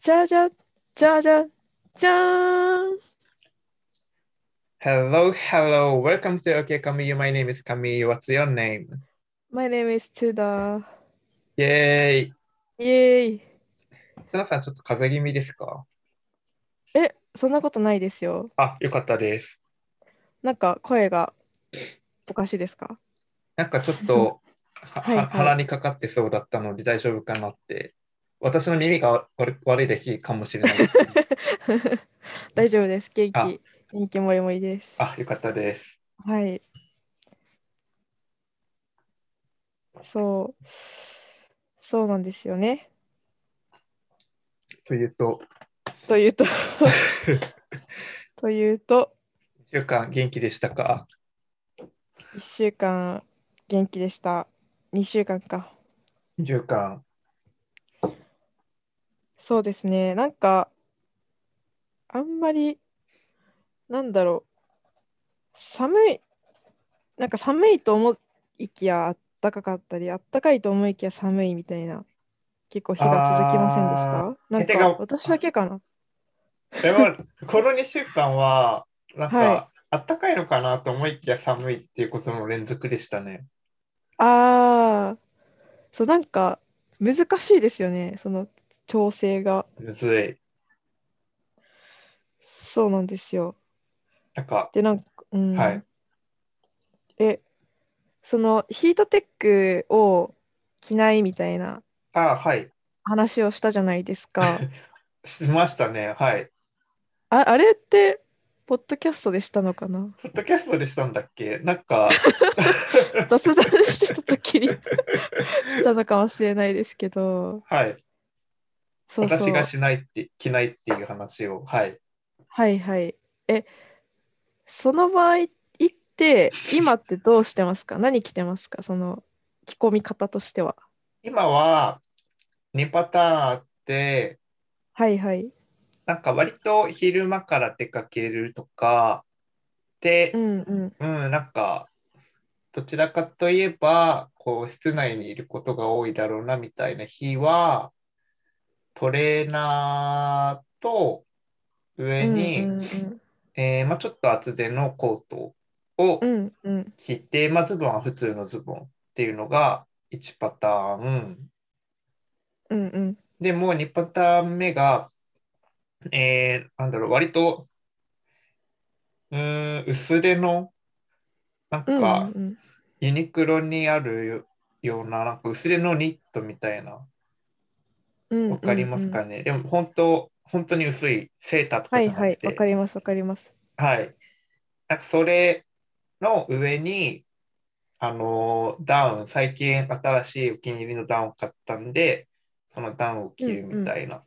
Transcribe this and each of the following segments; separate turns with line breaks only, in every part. じゃじゃ、じゃじゃ、じゃーん。
Hello, hello. Welcome to OK Kamiyu. My name is Kamiyu. What's your name?
My name is Tudor.
イェーイ。
イェーイ。
ツナさん、ちょっと風邪気味ですか
え、そんなことないですよ。
あ、よかったです。
なんか声がおかしいですか
なんかちょっとは
はいはい
鼻にかかってそうだったので大丈夫かなって。私の耳が悪悪いだけかもしれない ですけど。
大丈夫です。元
あ
気。元気もりもりです。
あ、よかったです。
はい。そう。そうなんですよね。
というと、
という とというと、
1週間元気でしたか
1週間元気でした。2週間か。
?1 週間。
そうですね。なんか、あんまり、なんだろう。寒い。なんか寒いと思いきやあったかかったり、あったかいと思いきや寒いみたいな。結構日が続きませんでしたなん
えてか
か私だけかな
でも、この2週間は、な
は
んか、あったかいのかなと思いきや寒いっていうことの連続でしたね。
ああ、そう、なんか難しいですよね、その調整が。
むずい。
そうなんですよ。
なんか、
で、なんか、うん。
はい。
え、そのヒートテックを着ないみたいな
あ、はい。
話をしたじゃないですか。
しましたね。はい。
あ、あれって、ポッドキャストでしたのか な
ポッドキャストでしたんだっけなんか、
雑談してた時にしたのかもしれないですけど、
はい。
そうそう。
私がしないって、着ないっていう話を。はい。
はいはい。え、その場合って、今ってどうしてますか何着てますかその着込み方としては。
今は2パターンあって、
はいはい。
なんか割と昼間から出かけるとか、で
う、んうん。
うん、なんか、どちらかといえば、こう、室内にいることが多いだろうな、みたいな日は、トレーナーと上に、
うんうん
えーまあ、ちょっと厚手のコートを
うん。うんうん。
着て、まあ、ズボンは普通のズボンっていうのが1パターン。
うんうん。
で、もう2パターン目が、えー、なんだろう、割と、うーん、薄手の、なん
うんう
か、
んうん。
ユニクロにあるような、なんか薄手のニットみたい
う
な、
んうん
わかりますかね。でも、本当、本当に薄いセーターと
は
かじ
い
ゃな
はい
く。て、
わかりますわかります。
はい。なんかそれの上に、あのーダウン、最近新しいお気に入りのダウンを買ったんで、そのダウンを着るみたいな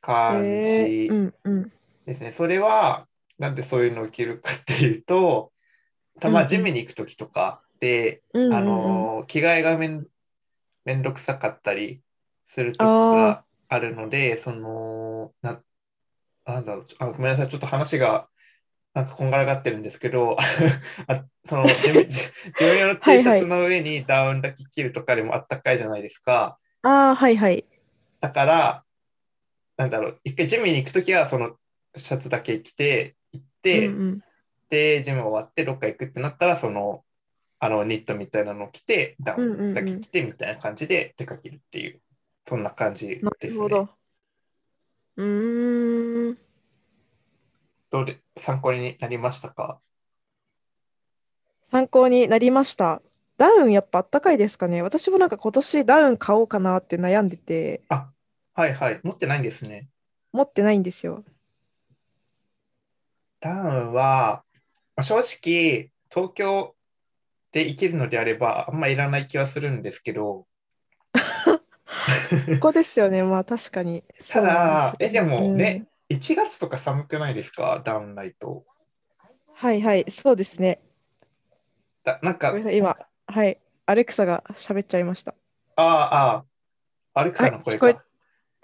感
え
じ
ーうんうん。
ですね。それは、なんでそういうのを着るかっていうと、た
うん
ま
うん
ジムに行くときとかで、
うんうんうん
あのー着替えがめんめんどくさかったりするときがあるので、そのな、なんだろうちょあ、ごめんなさい、ちょっと話がなんかこんがらがってるんですけど、 あそのジムジム用の T シャツの上にダウンだけ着るとかでもあったかいじゃないですか。
ああ、はいはい。
だから、なんだろう、一回ジムに行くときはそのシャツだけ着て行って、
うんうん
で、ジム終わってどっか行くってなったら、その、あの、ニットみたいなのを着て、ダウンだけ着てみたいな感じで出かけるっていう、そんな感じ
な
で
る
す
ほ
ね。
ど。うーん。
どうで参考になりましたか
参考になりました。ダウンやっぱあったかいですかね。私もなんか今年ダウン買おうかなって悩んでて、
あ、はいはい。持ってないんですね。
持ってないんですよ。
ダウンは、まあ正直、東京で行けるのであれば、あんまいらない気はするんですけど、
ここですよ ね。まあ確かに。
ただ、
そう
え、でも
なんですよ
ね、、1月とか寒くないですかダウンライト。
うんはいはい、そうですね。
だなん
ご
か
めん、なさい今、はい、アレクサが喋っちゃいました。
ああ、ああ、アレクサの声か。
はい聞こ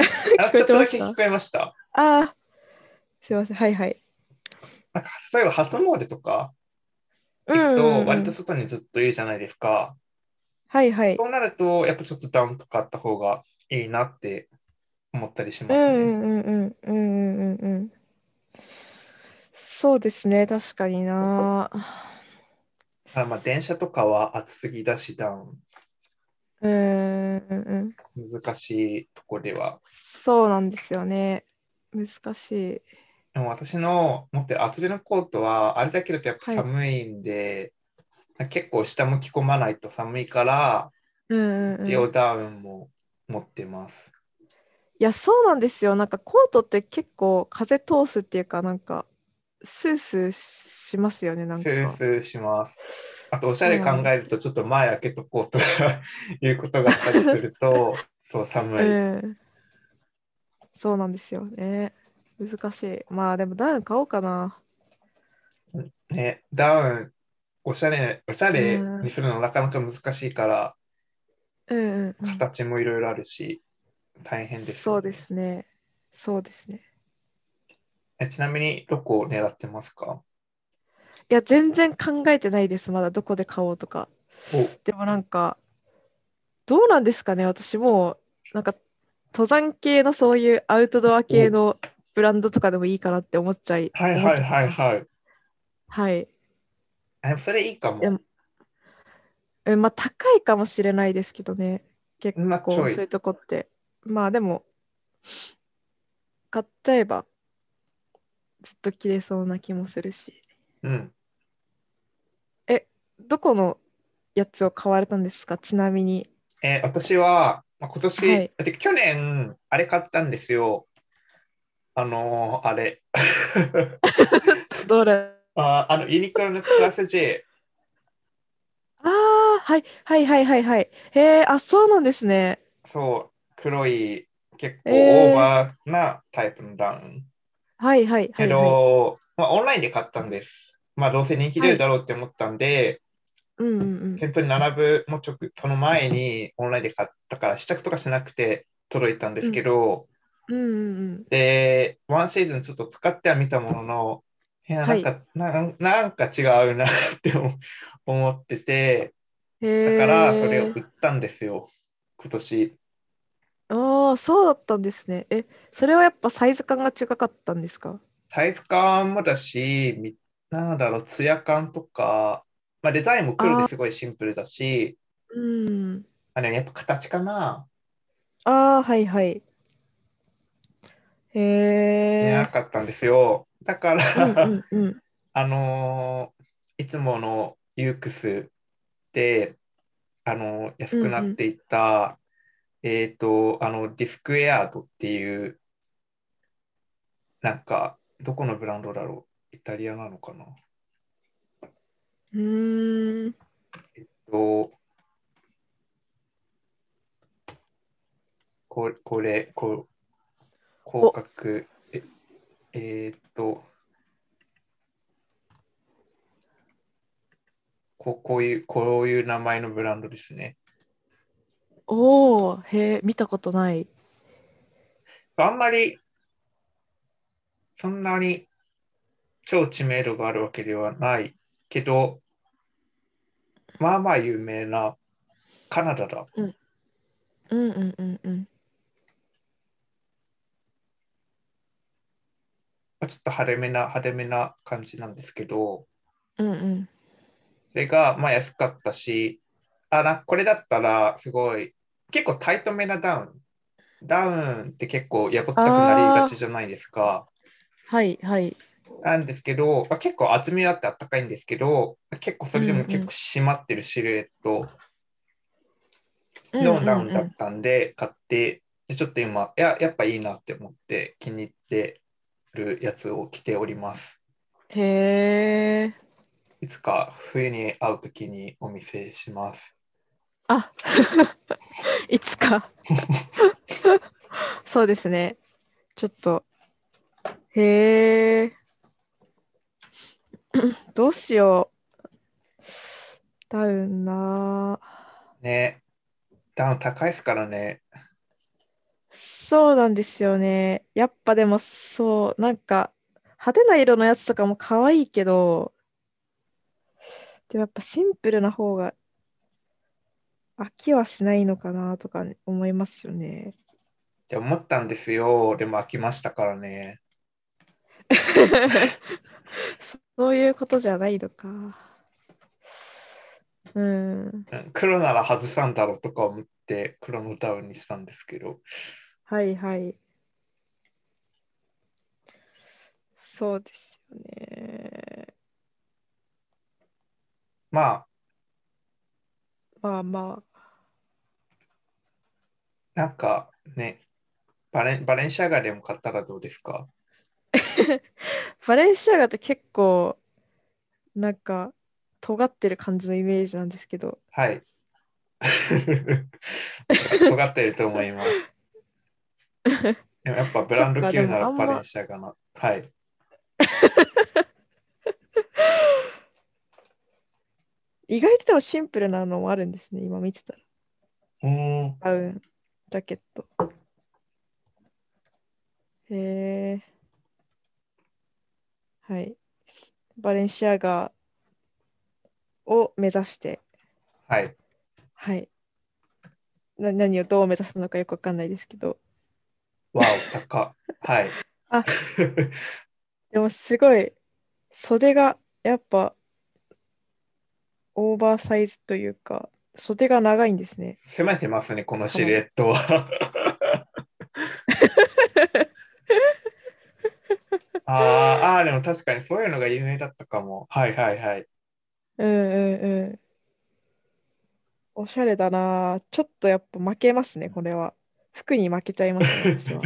あ
聞
ち
こえ
ょってとだ
まし
け
た
聞こえました。
ああ、すいません。はいはい。
なんか例えば初詣とか
うん
行く
うんう
と
ん
割と外にずっといるじゃないですか。
はいはい。
そうなるとやっぱちょっとダウンとかあった方がいいなって思ったりしま
う
す
んう
ね。
んうんうんうんうんうんうん。そうですね、確かにな。
あまあ、電車とかは暑すぎだし、ダウン、
うんうんうん。
難しいとこでは。
そうなんですよね。難しい。
でも私の持ってる厚手のコートは、あれだけだとやっ
は
ぱ
い
寒いんで、結構下も着込まないと寒いから、
うんうんうん、
一応ダウンも持ってます。
いや、そうなんですよ。なんかコートって結構風通すっていうか、なんかスースーしますよね、なん
ス
か。
ースーします。あと、おしゃれ考えると、ちょっと前開けとこうとかいうことがあったりする と、そう、寒い。
うん。そうなんですよね。難しい。まあでもダウン買おうかな。
ね、ダウン、おしゃれ、おしゃれにするのなかなか難しいから、
うんうんうん、
形もいろいろあるし、大変です
そ
よね、
うですね。そうですね。
えちなみに、どこを狙ってますか
いや、全然考えてないです。まだどこで買おうとか。
お
でもなんか、どうなんですかね。私もう、なんか、登山系のそういうアウトドア系のブランドとかでもいいかなって思っちゃい。
はいはいはい
い。
はい。
はい。
あそれいいかも。
でもえまあ、高いかもしれないですけどね。結
まあ
構、
ちょ
そう
い
いうとこって。まあでも、買っちゃえば、ずっと着れそうな気もするし。
うん。
どこのやつを買われたんですかちなみに。
え私は、まあ、今年、
はい
だって去年、あれ買ったんですよ。あのーあれ。
どれ
ああの、ユニクロのプラス J。
ああ、はい、はいはいはいはい。へえ、あ、そうなんですね。
そう、黒い、結構
えー
オーバーなタイプのダウン。
はいはいは
け
い、はい。
ど、まあ、オンラインで買ったんです。まあ、どうせ人気出るだろうって思ったんで、
うんうん
店頭に並ぶもう直、その前にオンラインで買ったから、試着とかしなくて届いたんですけど、
うん。うんうん
で、ワンシーズンちょっと使ってはみたものの、いや、なんか、ななんか違うなって思思ってて、
うん。
だ
へえ。
からそれを売ったんですよ、今年。
ああ、そうだったんですね。え、それはやっぱサイズ感が違かったんですか
サイズ感もだし、みなんだろう、ツヤ感とか、まあ、デザインも黒ですごいシンプルだし、
うん。
あれやっぱ形かな、
ああ、はいはい。へ
出な
え。
かったんですよ。だか
う
ら、
んうんうん。
あのーいつものユークスで、あのー安くなっていた、えっと、あの、ディスクエアードっていう、なんか、どこのブランドだろうイタリアなのかな
うーん。
と、ここれ、こ広角、え、えーっと、ここういう、こういう名前のブランドですね。
おお、へえ、見たことない。
あんまり、そんなに超知名度があるわけではないけど、まあまあ有名なカナダだ。
うんうんうんうん。
まあちょっと派手めな、派手めな感じなんですけど、
うんうん。
それが、まあ安かったし、あ、な、これだったら、すごい、結構タイトめなダウン。ダウンって結構やぼったくなりがちじゃないですか。
はいはい。
なんですけど、まあ、結構厚みだってあったかいんですけど、結構それで
うん
も
うん
結構締まってるシルエット
うんうん
のダウ
う
ン
ん
だったんで、買って、でちょっと今、いや、やっぱいいなって思って気に入ってるやつを着ております。
へえ。
いつか冬に会うときにお見せします。
あ いつか そうですねちょっとへえ どうしようダウンなあ
ね。ダウン高いですからね。
そうなんですよねやっぱでもそうなんか派手な色のやつとかも可愛いけどでもやっぱシンプルな方が飽きはしないのかなとか思いますよね
じゃあ思ったんですよ。でも飽きましたからね。
そ そういうことじゃないのか。うん。
うん黒なら外さんだろうとか思って黒のダウンにしたんですけど。
はいはい。そうですよね。
まあ、
まあまあ。
なんかね、バレンバレンシアガでも買ったらどうですか
バレンシアガって結構、なんか、尖ってる感じのイメージなんですけど。
はい。 尖ってると思います。でもやっぱブランド
そっかで
級なら
もあんま
バレンシアガな。はい。
意外とでもシンプルなのもあるんですね、今見てたら。
うーん。
ダウン、ジャケット。へえ。はい。バレンシアガを目指して、
はい。
はい。な何をどう目指すのかよくわかんないですけど、
わお、高っ。はい。
あでもすごい、袖がやっぱオーバーサイズというか、袖が長いんですね。
攻めてますね、このシルエット は。あーあー、でも確かにそういうのが有名だったかも。はいはいはい。
うんうんうん。おしゃれだなぁ。ちょっとやっぱ負けますね、これは。服に負けちゃいますね、私は。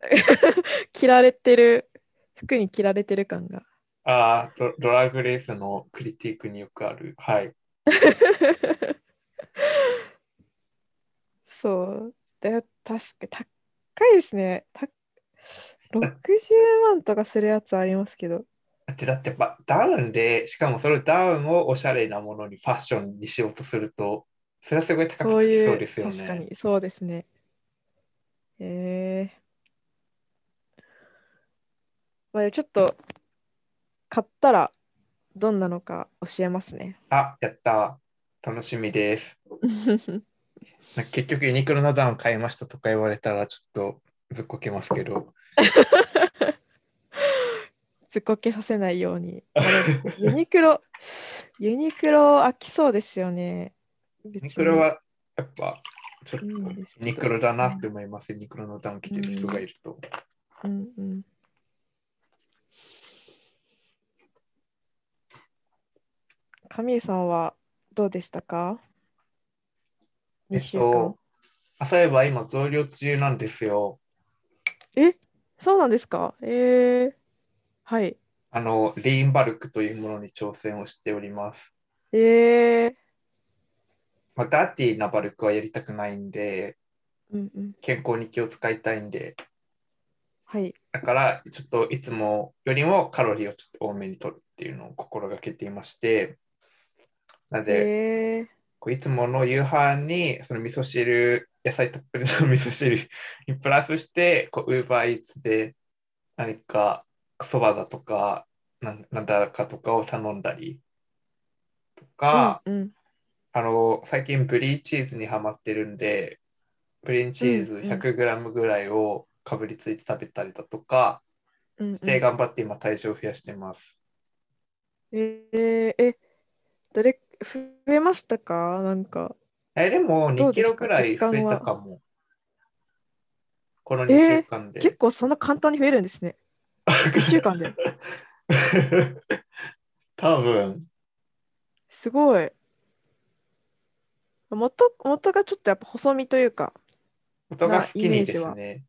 着られてる、服に着られてる感が。
ああ、ドドラッグレースのクリティックによくある。はい。
そう。で、確か高いですね。た60万とかするやつありますけど。
だって、だってば、ダウンで、しかもそのダウンをおしゃれなものにファッションにしようとすると、それはすごい高
そう
くつき
い、
そううですよね。
確かに、そうですね。えー。まあ、ちょっと、買ったら、どんなのか教えます ね。
あ、やった。楽しみです。なんか結局ユニクロのダウン買いましたとか言われたら、ちょっとずっこけますけど。
ずっこけさせないよう に。あのユニクロ、ユニクロ飽きそうですよね。ユ
ユニクロ、はやっぱちょっと
いいんです
ユ
けど
ニクロだなって思います。ユニクロのダウン着てる人がいると。
うんうん。神江さんはどうでしたか
え
?2
っ
週間
と。、あそういえば今増量中なんですよ。
えそうなんですかえー、はい。
あの、リーンバルクというものに挑戦をしております。
えー、
まあ、ダーティーなバルクはやりたくないんで、
うんうん。
健康に気を使いたいんで、
はい。
だからちょっといつもよりもカロリーをちょっと多めに取るっていうのを心がけていまして、なので、
えー、
こういつもの夕飯にその味噌汁、野菜たっぷりの味噌汁 にプラスして、こう、ウーバーイーツで何かそばだとか、なんなんだかとかを頼んだりとか、
うんうん。
あの、最近ブリーチーズにはまってるんで、ブリーチーズ
うんうん
100g ぐらいをかぶりついて食べたりだとか、
うんうん、
で、頑張って今体重を増やしてます。
えー、え、どれ、増えましたかなんか。
え、でも
ど
2
う
キ
です
ロ
か
ぐらい増えたかも。この
えー
2週間で。
結構そんな簡単に増えるんですね。1週間 で。
多分
すごい。元、元がちょっとやっぱ細身というか、
音が好きにで
なイ
すね。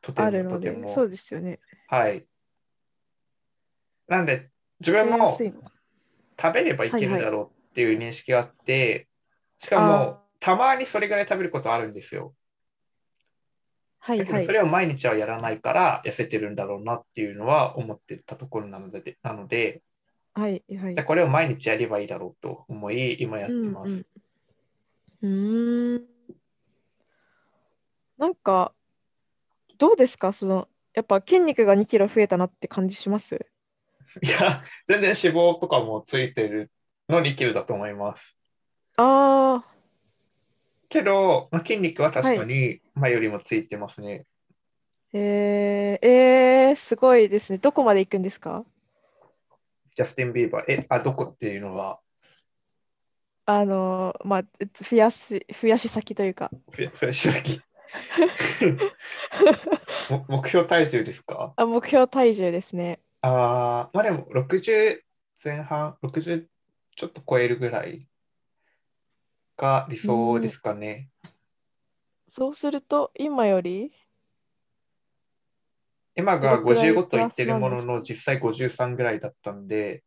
とて
ある
も
の
とて
で、
も。
そうですよね。
はい。なんで、自
増
分
えや
も
すいのか
食べればいけるだろうっていう認識があって、しかも、たまにそれぐらい食べることあるんですよ。
はい
だけ
は
ど
い
そ。れを毎日はやらないから、痩せてるんだろうなっていうのは思ってたところなので、なので
はいはい
じゃあ。これを毎日やればいいだろうと思い、今やってます。
うんうん、うーんなんかどうですかそのやっぱ筋肉が2キロ増えたなって感じします
いや、全然脂肪とかもついてるのに生きるだと思います。
ああ
けど、まあ、筋肉は確かに前よりもついてますね。
えー、えー、すごいですね。どこまで行くんですか
ジャスティン・ビーバー、え、あ、どこっていうのは、
あの、まあ、増やし、増やし先というか。
ふやふやしだき。も目標体重ですか
あ、目標体重ですね。
ああ、まあでも60前半、60ちょっと超えるぐらいが理想ですかね。
そうすると、今より
今が
どれくらい
55と言ってるものの、実際53ぐらいだったんで、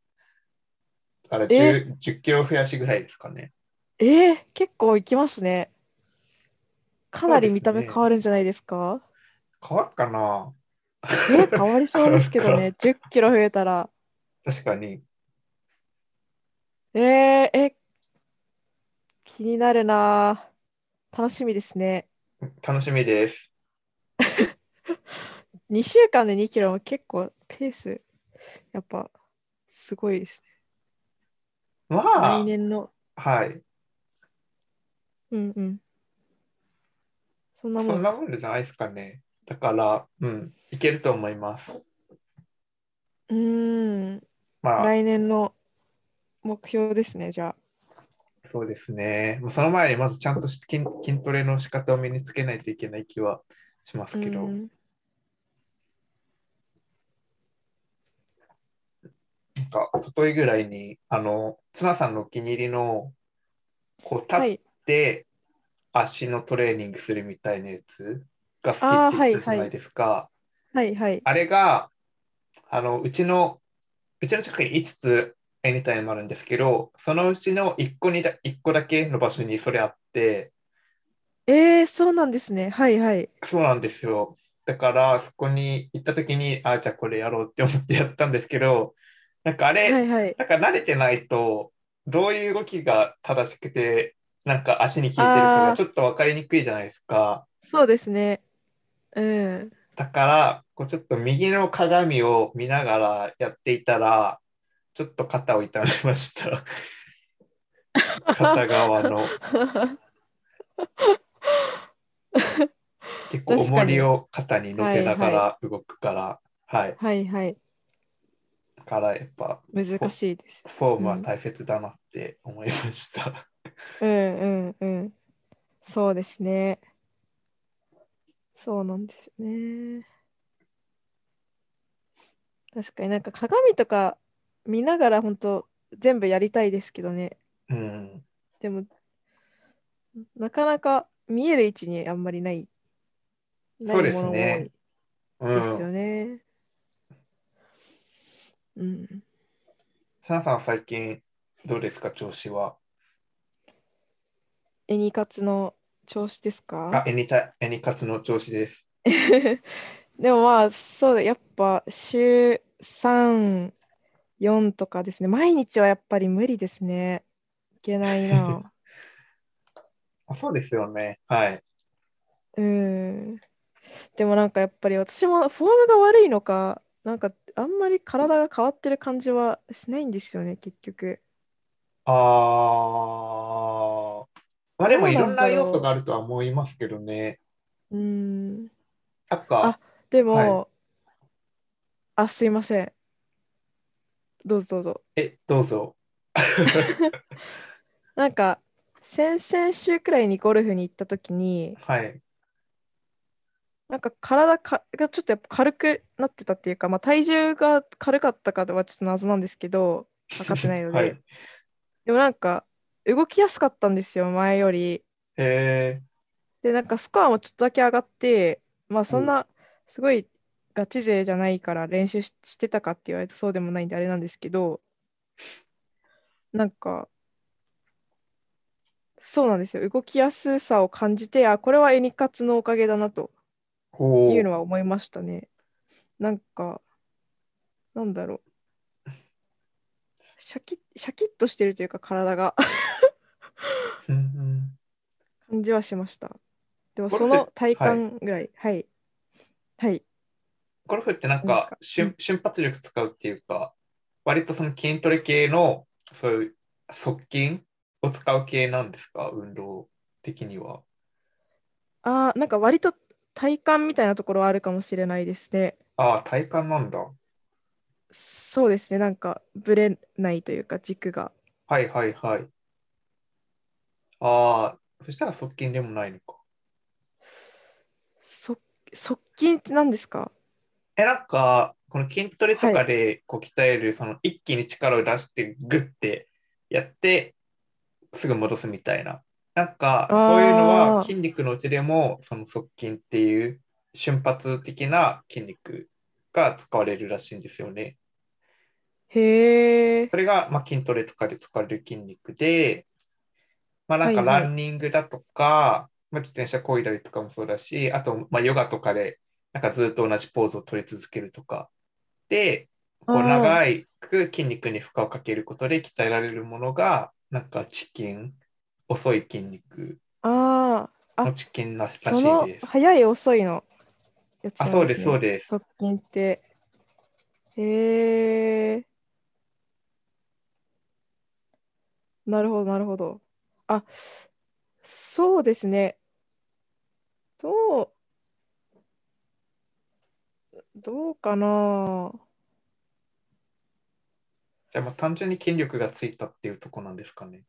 あれ 10, 10キロ増やしぐらいですかね。
えー、結構いきますね。かなり
そ
見
うです
た
ね
目変わるんじゃないですか
変わるかな
えー、変わりそうですけど ね。10キロ増えたら。
確かに。
えー、え、気になるなぁ楽しみですね。
楽しみです。
2週間で2キロも結構ペース、やっぱすごいですね。
ま
来年の。
あ、はい。
うんうん。そんなも
そん
ん。
なもんじゃないですかね。だから、うん、いけると思います。
うーん。
まあ、
来年の目標ですね、じゃあ。
そうですね。まあその前にまずちゃんとし筋筋トレの仕方を身につけないといけない気はしますけど。
うん
なんか、おとといぐらいに、あの、綱さんのお気に入りの、こう、立
は
っ
い。
て足のトレーニングするみたいなやつが
あ
好
ー
きって言ったじ
は
ゃ
い
ないですか。
はいはい。
あれが、あの、うちの、うちの近くに5つエニタイムあるんですけど、そのうちの1個にだ、1個だけの場所にそれあって、
えー、そうなんですね。はいはい。
そうなんですよ。だから、そこに行った時に、あ、じゃあこれやろうって思ってやったんですけど、なんかあれ、
はいはい。
なんか慣れてないと、どういう動きが正しくて、なんか足に効いてるか
あ
が
ー
ちょっと分かりにくいじゃないですか。
そうですね。うん。
だから、こうちょっと右の鏡を見ながらやっていたら、ちょっと肩を痛め ました。片側の結構重りを肩に乗せながら動くから、はい。
はいはい。
だからやっぱ
難しいです。
フォームは大切だなって思いました。
うんうんうん。そうですね。そうなんですね。確かになんか鏡とか見ながら本当全部やりたいですけどね。
うん。
でも、なかなか見える位置にあんまりない。ない
そうです
ものも多い
ねう
ですよ。
ん
ね。うん。
サナさんは最近どうですか調子は。
エニカツの調子ですか
あ、エニタ、エニカツの調子です。
でもまあそうだやっぱ週34とかですね毎日はやっぱり無理ですねいけないな
あ、そうですよね。はい。
うんでもなんかやっぱり私もフォームが悪いのかなんかあんまり体が変わってる感じはしないんですよね結局
あー。まあでもいろんな要素があるとは思いますけどね。
うん
なんか、
でも、
は
あすいませんどうぞどうぞ
え、どうぞ。
なんか先々週くらいにゴルフに行った時に
はい。
なんか体かがちょっとやっぱ軽くなってたっていうか、まあ、体重が軽かったかはちょっと謎なんですけど分かってないので、
はい。
でもなんか動きやすかったんですよ前より
え
でなんかスコアもちょっとだけ上がってまあそんなすごいガチ勢じゃないから練習ししてたかって言われるとそうでもないんであれなんですけどなんかそうなんですよ動きやすさを感じてあこれはエニカツのおかげだなと
ー、ほ
いうの
う。
は思いましたね。なんか、なんだろう。シャキッシャキッとしてるというか、体が
うんうん
感じはしました。でも、
ゴ
そ
ルフ
の体感ぐらい、はい。はい。
ゴルフってなん
なん
か
か
瞬瞬発力使うっていうか、割とその筋トレ系のそういう側筋を使う系なんですか運動。的には。
ああ、なんか割と体感みたいなところはあるかもしれないですね。
ああ、体感なんだ。
そうですね、なんかぶれないというか、軸が。
はいはいはい。ああ、そしたら側近でもないのか。
そ側近って何ですか
え、なんか、この筋トレと
は
かでこう鍛える、その一気に力を出してグッてやって、すぐ戻すみたいな。なんか、
あー
そういうのは筋肉のうちでも、その側筋っていう瞬発的な筋肉が使われるらしいんですよね。
へえ
そ。れが、まあ、筋トレとかで使われる筋肉で、まあ、なんか
はいはい
ランニングだとか、まあ、自転車こいだりとかもそうだし、あと、まあ、ヨガとかで、なんかずっと同じポーズを取り続けるとか。で、こ
あ
う
ー
長いく筋肉に負荷をかけることで鍛えられるものが、なんか遅筋、遅い筋肉
ああ、
の
あ、
遅筋らしい
その
です。
早い遅いのやつ
あ、
なん
そうです、そうです。
側近って。へえ。なるほど、なるほど。あ、そうですね。どう、どうかな。
じゃあ、まあ、単純に筋力がついたっていうとこなんですかね。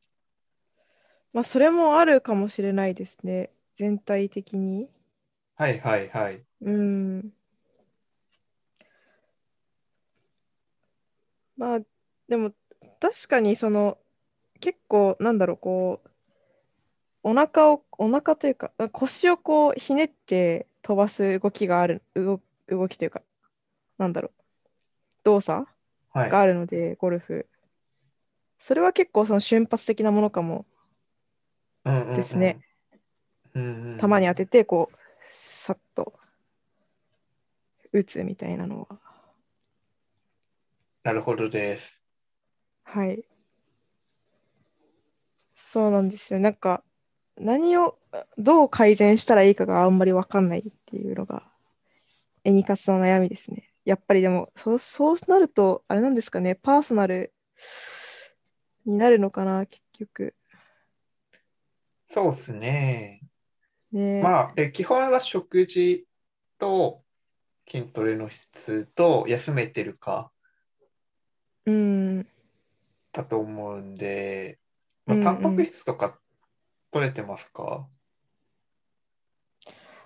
まあ、それもあるかもしれないですね。全体的に。
はいはいはい。
うん。まあ、でも、確かに、その、結構、なんだろう、こう、お腹を、お腹というか、あ腰をこう、ひねって飛ばす動きがある、動、動きというか、なんだろう、動作
はい。
があるので、ゴルフ。それは結構、その瞬発的なものかも、
うんうんうん
ですね。
うんうんうん
球に当てて、こう、さっと、打つみたいなのは。
なるほどです。
はい。そうなんですよ。なんか、何を、どう改善したらいいかがあんまりわかんないっていうのが、エニ活の悩みですね。やっぱりでも、そう、そうなると、あれなんですかね、パーソナルになるのかな、結局。
そうですね。
ね。
まあ、え基本は食事と筋トレの質と休めてるか
うん。
だと思うんで、まあ、
うんうん
タンパク質とか取れてますか、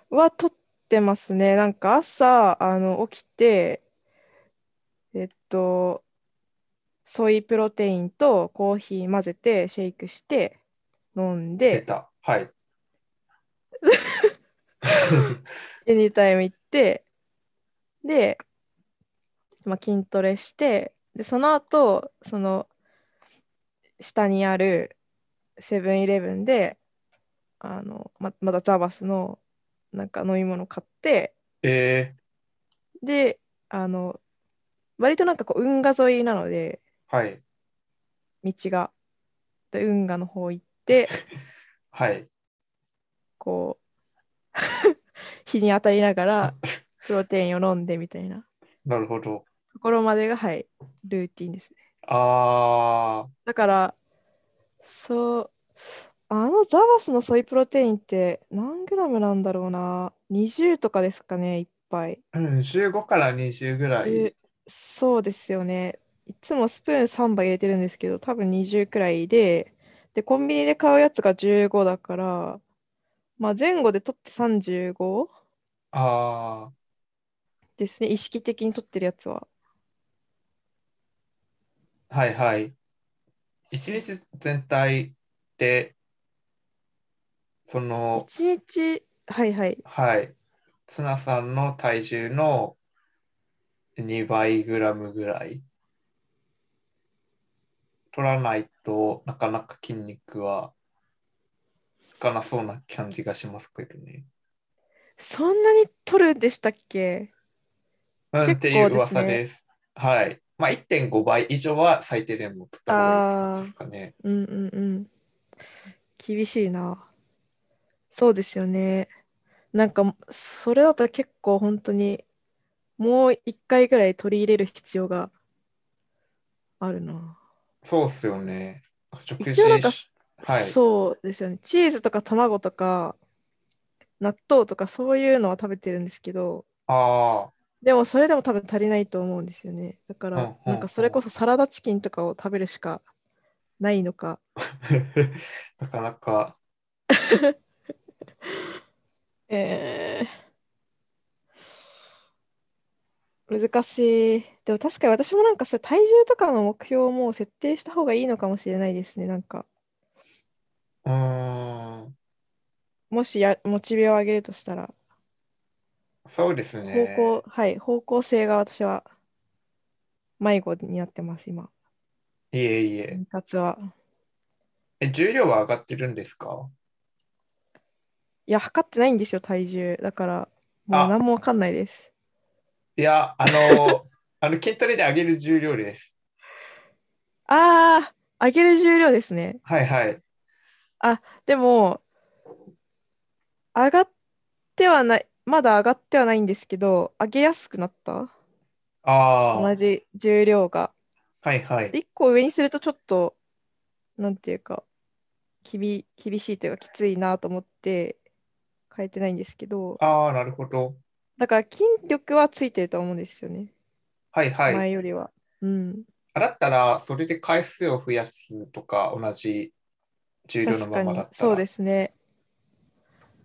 は取ってますね。なんか朝、あの、起きて、えっと、ソイプロテインとコーヒー混ぜて、シェイクして、飲ん
出
で、
た。 はい。
エニタイム行って、で、まあ、筋トレして、で、その後、その、下にあるセブンイレブンで、あの、ま、まだザバスの、なんか飲み物買って、
え
で、あの、割となんかこう、運河沿いなので、
ー、はい。
道が。で、運河の方行って、
はい。
こう、 日に当たりながら、プロテインを飲んでみたいな
なるほど。
ところまでが、はい、ルーティンですね。
あー、
だから、そう、あのザバスのソイプロテインって何グラムなんだろうな。20とかですかね、いっぱい。
うん、15から20ぐらい
え。そうですよね。いつもスプーン3杯入れてるんですけど、多分20くらいで、で、コンビニで買うやつが15だから、まあ、前後で取って 35?
あ
ですね、意識的に取ってるやつは。
ー、はいはい。一日全体で、その、
1日、はいはい。
はい。ツナさんの体重の2倍グラムぐらい取らないとなかなか筋肉はつかなそうな感じがしますけどね。
そんなに取るんでしたっけ
うん、
結構
っていう噂
ですね
です。はい。まあ1.5倍以上は最低でも取った方がいいってことですかね。
うんうんうん。厳しいな。そうですよね。なんか、それだと結構本当に、もう1回ぐらい取り入れる必要があるな。
そうっすよね。食
一応なんか
事しはい。
そうですよね。チーズとか卵とか納豆とかそういうのは食べてるんですけど、
あ
でもそれでも多分足りないと思うんですよね。だか
うんうん
ら、
うん
なんかそれこそサラダチキンとかを食べるしかないのか。
あ、 なかなか、
えー難しい。でも確かに私もなんかそれ体重とかの目標をもう設定した方がいいのかもしれないですね。なんか、
うーん、
もしやモチベを上げるとしたら、
そうです
方
ね。
向、はい、方向性が私は迷子になってます、今。
いえいえ。
分割は。
え、重量は上がってるんですか
いや、測ってないんですよ、体重。だから、も
あ
う何もわかんないです。
いや、あの、 あの筋トレで上げる重量です。
ああ、上げる重量ですね。
はいはい。
でも、上がってはない、まだ上がってはないんですけど、上げやすくなった
あ
同じ重量が。
あ、はいはい。
1個上にするとちょっと、なんていうか、厳厳しいというか、きついなと思って変えてないんですけど、
ああ、なるほど。
だから筋力はついてると思うんですよね、
はいはい。
前よりは。うん、
あだったら、それで回数を増やすとか、同じ重量の
確
ま
か
ま
に
だっ、た
そう
ら
ですね。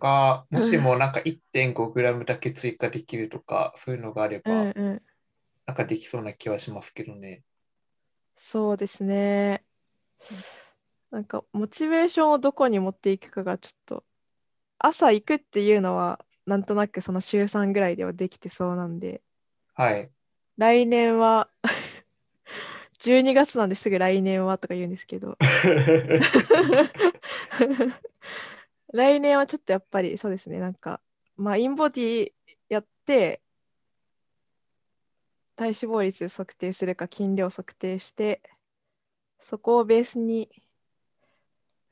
とか、もしもな んか 1.5g だけ追加できるとか、そういうのがあれ
う
ば、
んうん、
なんかできそうな気はしますけどね。
そうですね。なんか、モチベーションをどこに持っていくかがちょっと、朝行くっていうのは、なんとなくその週3ぐらいではできてそうなんで、
はい。
来年は 12月なんですぐ来年はとか言うんですけど 来年はちょっとやっぱりそうですねなんかまあインボディやって体脂肪率測定するか筋量測定してそこをベースに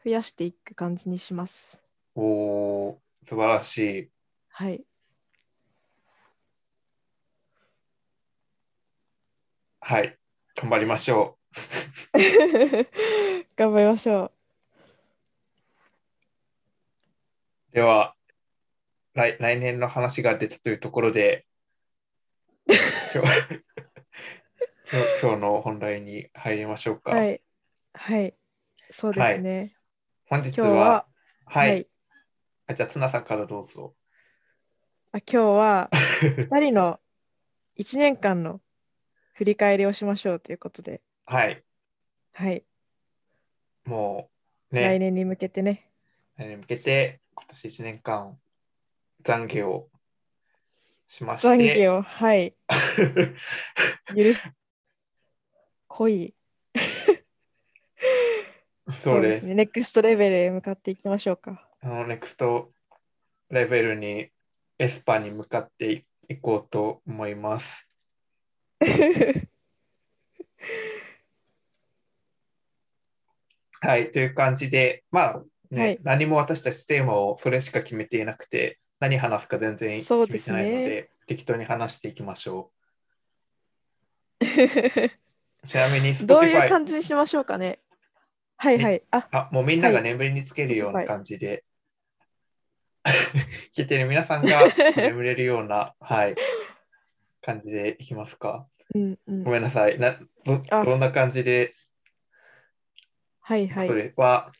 増やしていく感じにします
おー、素晴らしい。
はい
はい。頑張りましょ
頑張りましょう
う。では、来来年の話が出たというとこ ろで、今日今日今日の本題に入りましょうか。
はいはいそうですね、
本日
今日は
は、はい、
はい
あじゃあ、綱さんからどうぞ。
あ今日は2人の1年間の振り返りをしましょうということで、
はい。
はい
も
来
う、ね、
年に向けてね、
来年に向けて、今年1年間、懺悔をしまして。
懺悔を、はい、許す。濃い、
そうです。
ね。ネクストレベルへ向かっていきましょう か。
あのネクストレベルにエスパに向かっていこうと思います。はい、という感じで、まあ、ね
はい
何も私たちテーマをそれしか決めていなくて、何話すか全然決
そう
め
です
て
ね
ないので、適当に話していきましょう。ちなみに Spotify、
どういう感じにしましょうかね。はいはい。あ、
あもうみんなが眠りにつけるよう
は
ない感じで、 聞いてる皆さん が眠れるような、はい、感じでいきますか。
うんうん
ご。めんなさい。など
あ
どんな感じで、
はいはい
そ。れは、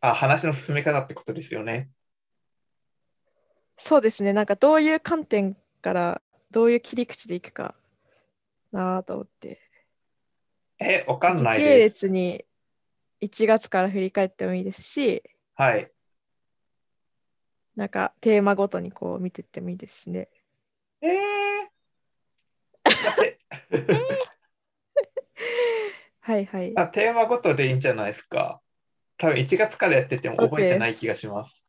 あ、話の進め方ってことですよね。
そうですね。なんかどういう観点から、どういう切り口でいくかなぁと思って。
え、わかんない
時系
です。
列に1月から振り返ってもいいですし、
はい。
なんかテーマごとにこう見てってもいいですしね。
えー、だ って
はいはい。
あテーマごとでいいんじゃないですか。多分1月からやってても覚えてない気がします。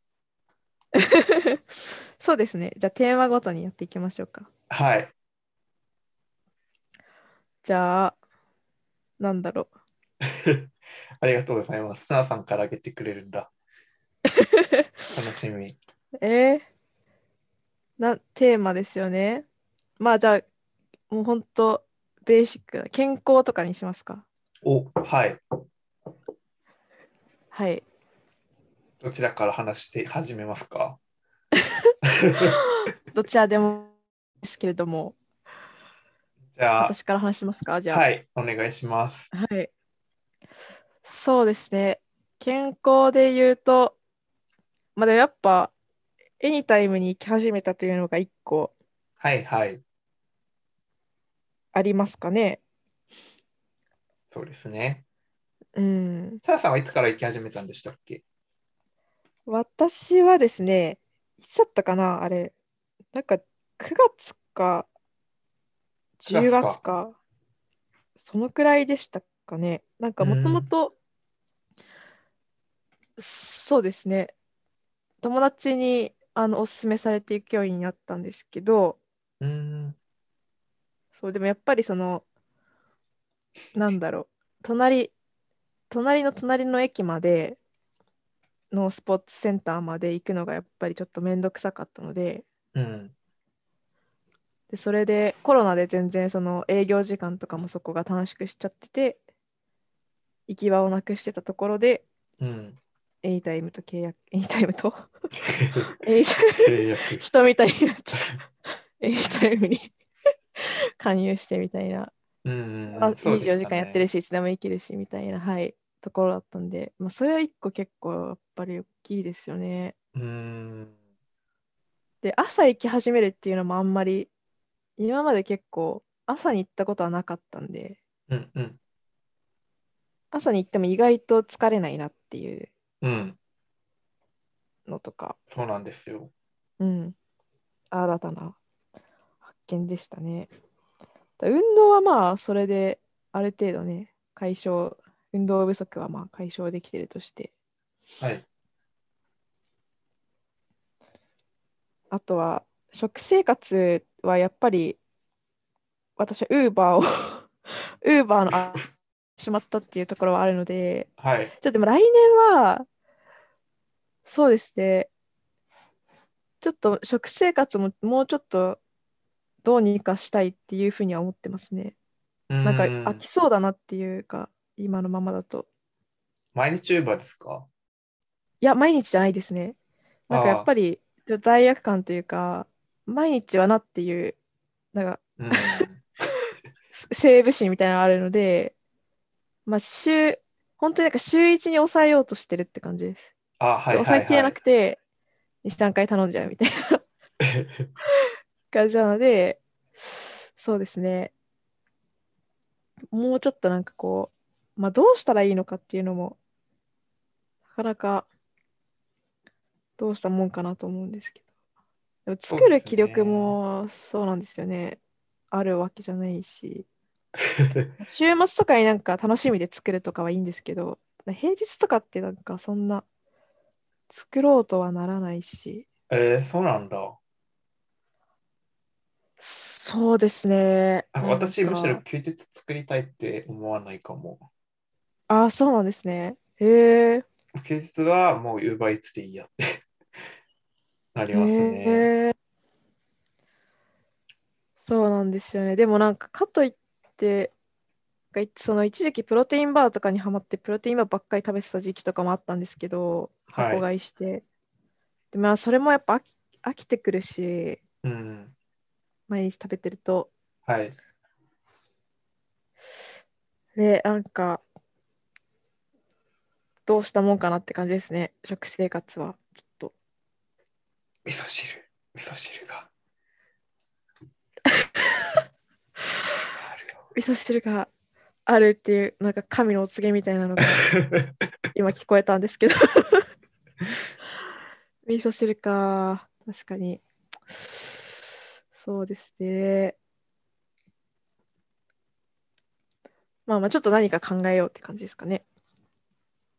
そうですね。じゃあテーマごとにやっていきましょうか。
はい。
じゃあ、なんだろ
ありがとうございます。砂さんからあげてくれる んだ。楽しみ。
う。えー、なテーマですよね。まあじゃあ、もう本当ベーシックな健康とかにしますか。
お、はい。
はい。
どちらから話して始めますか
どちらでもですけれども、
じゃあ、
私から話しますか、じゃあ。
はい、お願いします。
はい。そうですね。健康で言うと、まあ、でもやっぱ、エニタイムに行き始めたというのが一個
はいはい、
ありますかね。
そうですね。
うん。
サラさんはいつから行き始めたんでしたっけ
私はですね、いつだったかな、あれ。なんか、9月か、10
9月か
月か、そのくらいでしたかね。なんか、もともと、そうですね、友達にあのおすすめされていくようになったんですけど、
うーん、
そう、でもやっぱりその、なんだろう、隣、隣の隣の駅までのスポーツセンターまで行くのがやっぱりちょっとめんどくさかったので、
うん、
で、それでコロナで全然その営業時間とかもそこが短縮しちゃってて、行き場をなくしてたところで、
うん。
エニタイムと契約、エニタイムとエニタイ
契約
ム人みたいになっちゃう。エニタイムに 加入してみたいな
うんうんうん
あ、
そうでした
24
ね
時間やってるし、いつでも生きるし、みたいな、はい、ところだったんで、まあ、それは一個結構やっぱり大きいですよね。
うーん、
で、朝行き始めるっていうのもあんまり、今まで結構朝に行ったことはなかったんで、
うん、うん、
朝に行っても意外と疲れないなっていう
うん、
のとか、
そうなんですよ。
うん、新たな発見でしたね。だ運動はまあ、それである程度ね、解消、運動不足はまあ解消できてるとして、
はい。
あとは食生活はやっぱり私はウーバーを ウーバーのあしまったっていうところはあるので
はい。
ちょっとでも来年はそうですねちょっと食生活ももうちょっとどうにかしたいっていうふうには思ってますねな
なん
か飽きそうだなっていうか今のままだと
毎日 Uber ですか
いや、毎日じゃないですね。なんかやっぱり、ちょっと罪悪感というか、毎日はなっていう、なんか、
うん。
すセーブ心みたいなのがあるので、まあ、週、本当になんか週一に抑えようとしてるって感じです。
あ、はいはい、はい。
抑えきれなくて、2、3回頼んじゃうみたいな 感じなので、そうですね。もうちょっとなんかこう、まあ、どうしたらいいのかっていうのも、なかなかどうしたもんかなと思うんですけど。でも
そう
作
で
る
すね
気力もそうなんですよね。あるわけじゃないし。週末とかになんか楽しみで作るとかはいいんですけど、平日とかってなんかそんな作ろうとはならないし、
えー、そうなんだ。
そうですね。
あ
なんか
私、むしろ休日作りたいって思わないかも。
あ、そうなんですね。へえ。
休日はもう Uber Eats でいいやって なりますね。
へえそうなんですよね。でもなんかかといって、なんかその一時期プロテインバーとかにはまってプロテインバーばっかり食べてた時期とかもあったんですけど、
はい
箱買いして。でまあそれもやっぱ飽き飽きてくるし、
うん。
毎日食べてると。
はい。
で、なんか、どうしたもんかなって感じですね。食生活は。ちょっと。
味噌汁。味噌汁が。
味噌汁があるっていう、なんか神のお告げみたいなのが。
味噌汁があるよ。
今聞こえたんですけど 味噌汁か確かにそうですねまあまあちょっと何か考えようって感じですかね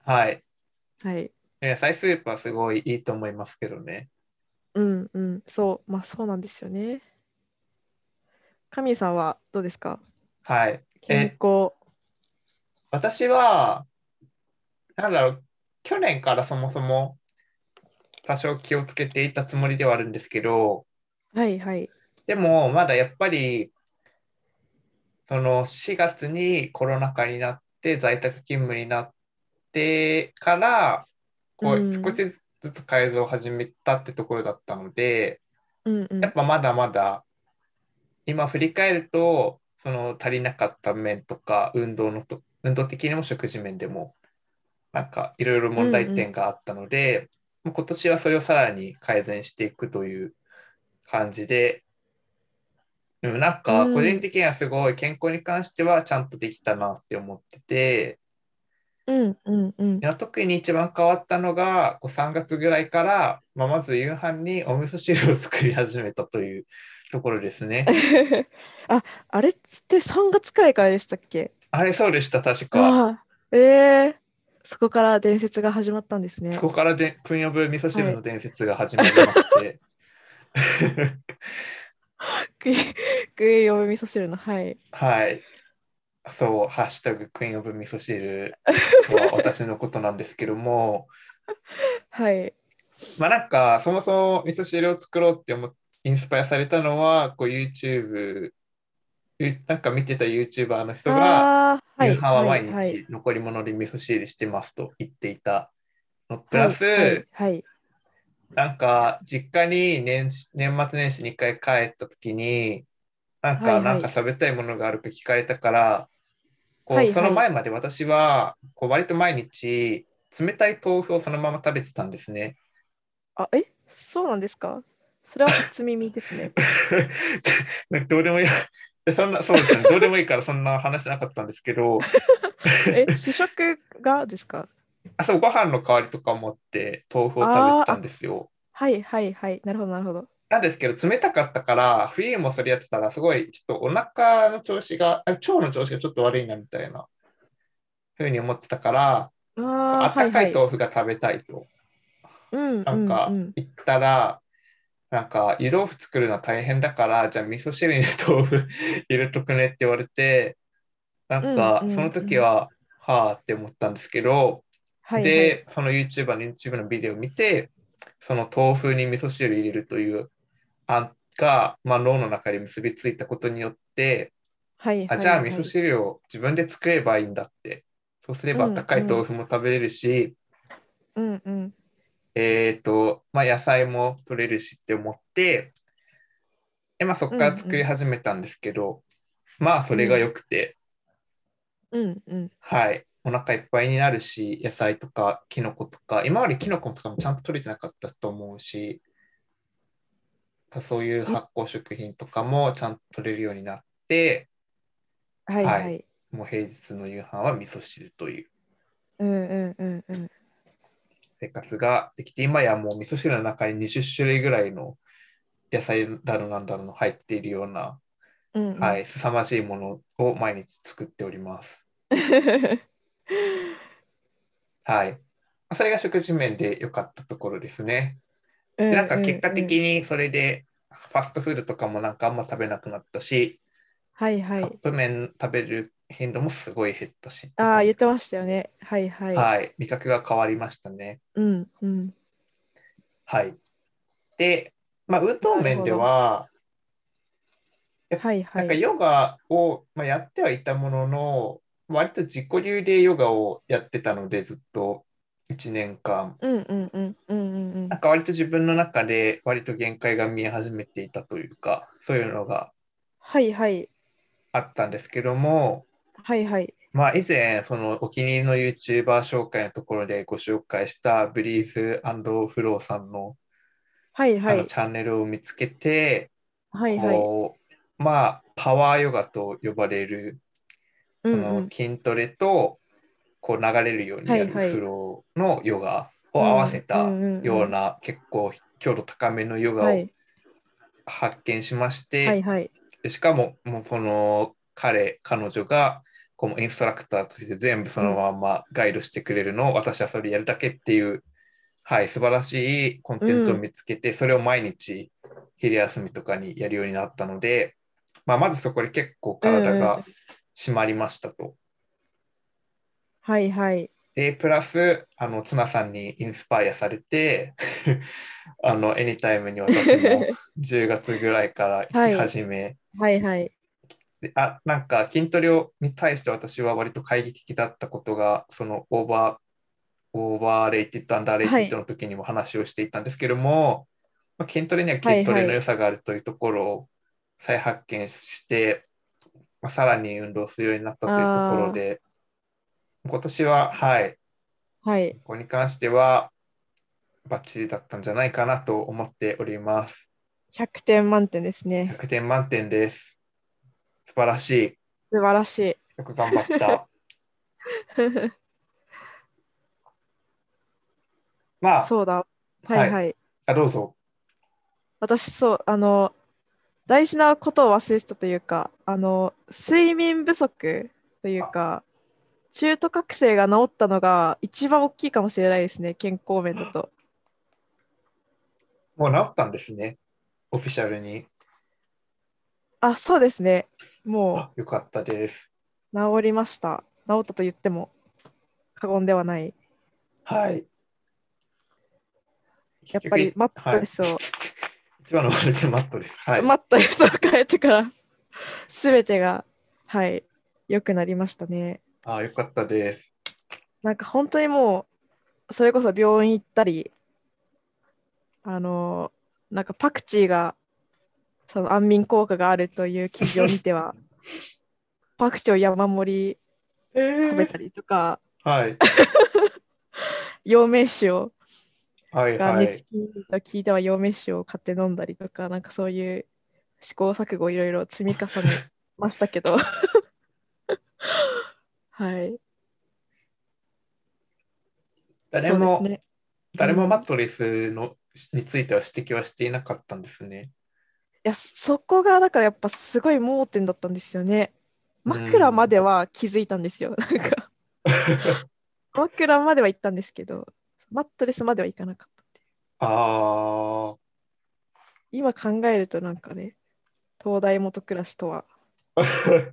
はい。
はい
野菜スープはすごいいいと思いますけどね。
うんうんそうまあそうなんですよね神さんはどうですか
はい。
健康
私は、なんだろう、去年からそもそも多少気をつけていたつもりではあるんですけど、
はいはい
でもまだやっぱり、その4月にコロナ禍になって在宅勤務になってから、こう
うん
少しずつ改造を始めたってところだったので、
うんうん
やっぱまだまだ今振り返るとその足りなかった面とか運動のと運動的にも食事面でもなんかいろいろ問題点があったので、もう今年はそれをさらに改善していくという感じででもなんか
うん
個人的にはすごい健康に関してはちゃんとできたなって思ってて、
うんうんうん
いや特に一番変わったのがこう3月ぐらいから、まあ、まず夕飯にお味噌汁を作り始めたというところですね。
ああれって3月くらいからでしたっけ
あれそうでした、確か。
ああえー、そこから伝説が始まったんですね
こ。こからで、プンヨブ味噌汁の伝説が始まりまして。
クイクイお味噌汁のはい。
はい。そう、ハッシュタグクイーンオブ味噌汁とは私のことなんですけども、
はい。
まあなんか、そもそも味噌汁を作ろうって思っインスパイアされたのは、こう YouTube、ゆなんか見てた YouTuber の人が、
ああー、
夕飯は毎
はいはい
日残り物で味噌汁してますと言っていたのプラス、
はいはい
なんか実家に年始年末年始に1回帰った時になんか、
はいはい
なんか食べたいものがあるか聞かれたからこう、
はいはい
その前まで私はこう割と毎日冷たい豆腐をそのまま食べてたんですね。
あえそうなんですかそれは初耳です ね。
なんかどうでもいい そんなそうですねどうでもいいからそんな話なかったんですけど
え主食がですか
あそうご飯の代わりとか思って豆腐を食べてたんですよ。
はいはいはい。なるほどなるほど。
なんですけど、冷たかったから、冬もそれやってたら、すごい、ちょっとお腹の調子が、あ腸の調子がちょっと悪いなみたいな、ふうに思ってたから、あ
あ
っ
あー、
たかい
は
豆腐が食べたいと、
いはい、うん
なんか
うんうん、
言ったら、なんか、湯豆腐作るのは大変だから、じゃあ味噌汁に豆腐 入れとくねって言われて、なんか
うんうんう、ん
その時は、はあって思ったんですけど、
はいはい、
で、その YouTuber の YouTube のビデオを見て、その豆腐に味噌汁入れるという案が、まあ、脳の中に結びついたことによって、
はい
あ
はい
じゃあ
はい
味噌汁を自分で作ればいいんだって。そうすれば
うん
高い豆腐も食べれるし、
うんうん
えっと、まあ、野菜も取れるしって思って、でまあ、そこから作り始めたんですけど、まあそれが良くて、
うんうん
はい、お腹いっぱいになるし、野菜とかキノコとか、今までキノコとかもちゃんと取れてなかったと思うし、そういう発酵食品とかもちゃんと取れるようになって、
はい
は
はいい、
もう平日の夕飯は味噌汁という
うんうんうんうん
生活ができて、今やもう味噌汁の中に20種類ぐらいの野菜だろうなんだろうの入っているような、
うんうん
はい、凄まじいものを毎日作っております。はい。それが食事面で良かったところですね。
う
でなんか結果
に、
的にそれでファストフードとかもなんかあんま食べなくなったし、
はいは
カッ
い。
プ麺食べる頻度もすごい減ったし、
ああ、言
い
ってましたよね。はいはい。
はい、味覚が変わりましたね。
うんうん。
はい。で、まあ、運動面では、
はいは
なんか
い。
ヨガを、まあ、やってはいたものの、割と自己流でヨガをやってたので、ずっと1年間。
うんうんうんうんうんうん
なんか割と自分の中で割と限界が見え始めていたというか、そういうのが
はいはい。
あったんですけども、
はいはい。
まあ、以前、そのお気に入りの YouTuber 紹介のところでご紹介したブリーズフローさんの,、
はいは
あの
い。
チャンネルを見つけて、
はいはい。
こうまあ、パワーヨガと呼ばれる
う
そ
んうん
の筋トレとこう流れるようにやる
はいはい
フローのヨガを合わせた
うんうんうん
ような結構強度高めのヨガ
は
を
い
発見しまして、
はいはい。
でしかも、もうその彼、彼女がこのインストラクターとして全部そのまんまガイドしてくれるのを、私はそれやるだけっていう、はい、素晴らしいコンテンツを見つけて、それを毎日昼休みとかにやるようになったので、まあ、まずそこで結構体
うんう
が締まりましたと。
はいはい。
で、プラス、あの、ツナさんにインスパイアされて、 あの、エニタイムに私も10月ぐらいから行き始め、
はいはい。
であなんか筋トレをに対して私は割と懐疑的だったことがそのオーバオーバーレイティッド、アンダーレイティッドの時にも話をしていたんですけども、まあ、筋トレには筋トレの良さがあるというところを再発見して、まあ、さらに運動するようになったというところで、今年は、はい、
はい。
ここに関しては、バッチリだったんじゃないかなと思っております。
100点満点ですね。
100点満点です。素晴らしい。
素晴らしい。
よく頑張 った。まあ、
そうだ。はいはい。
あどうぞ。
私、そう、あの、大事なことを忘れてたというか、あの、睡眠不足というか、中途覚醒が治ったのが一番大きいかもしれないですね、健康面だと。
もう治ったんですね。オフィシャルに。
あ、そうですね。も
あよかったです。
う治りました。治ったと言っても過言ではない。
はい。
やっぱり
結局
マットレスを
はい、一番の悪手マットレス。はい。
マットレスを変えてから、すべてが、はい、良くなりましたね。
あよかったです。
なんか本当にもう、それこそ病院行ったり、あのーなんかパクチーが、その安眠効果があるという記事を見て は、パクチーを山盛り
え
食べたりとか、
はい。
陽明酒を、
はい
が
は
熱
い。
きと聞いては陽明酒を買って飲んだりとか、なんかそういう試行錯誤をいろいろ積み重ねましたけ ど、はい、
誰
そうです
も、
ね。
誰もマットレスのについては指摘はしていなかったんですね。
いや、そこがだからやっぱすごい盲点だったんですよね。枕までは気づいたんですよ。なんか枕までは行ったんですけど、マットレスまでは行かなかったってい
あ
う。今考えるとなんかね、東大元暮らしとは
あ。
まさにっ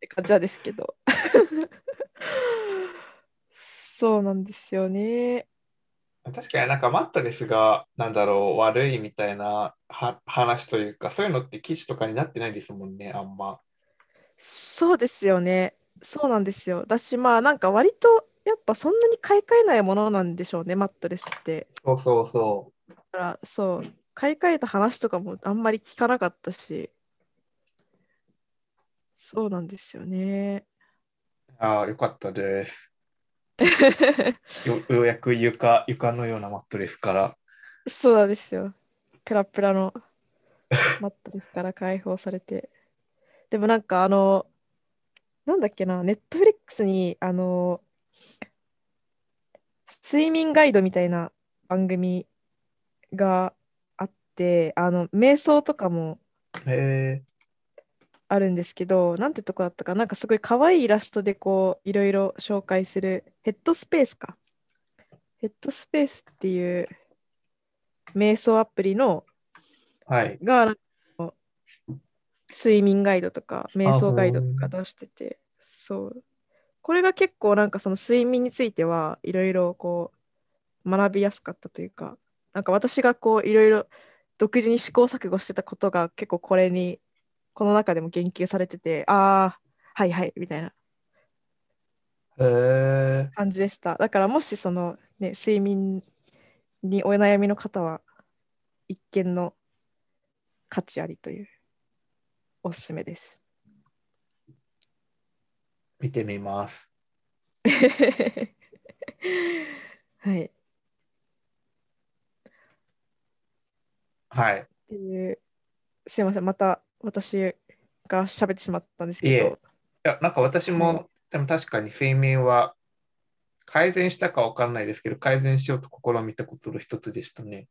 て感じなんですけど。 そうなんですよね。
確かになんかマットレスがなんだろう悪いみたいなは話というかそういうのって記事とかになってないですもんねあんま。
そうですよね。そうなんですよ。だし、まあなんか割とやっぱそんなに買い替えないものなんでしょうね、マットレスって。
そうそうそ
だからそう買い替えた話とかもあんまり聞かなかったしそうなんですよね
う。ああよかったです。よようやく床床のようなマットレスから。
そうなんですよペラペラのマットレスから解放されてでもなんかあのなんだっけなネットフリックスにあの睡眠ガイドみたいな番組があってあの瞑想とかも
へえ。
あるんですけど、なんてとこだったかな、なんかすごい可愛いイラストでこういろいろ紹介するヘッドスペースか。ヘッドスペースっていう瞑想アプリの
はい。
がなんかこう睡眠ガイドとか瞑想ガイドとか出してて、そう。これが結構なんかその睡眠についてはいろいろこう学びやすかったというか、なんか私がこういろいろ独自に試行錯誤してたことが結構これにこの中でも言及されてて、ああ、はいはいみたいな
へえ。
感じでした。だからもしその、ね、睡眠にお悩みの方は一見の価値ありというおすすめです。
見てみます。
はい。っ
はい。
ていう、すいません、また私が喋ってしまったんですけ
い
ど
え、いや、なんか私
は
も、でも確かに睡眠は改善したかわからないですけど、改善しようと試みたことの一つでしたね。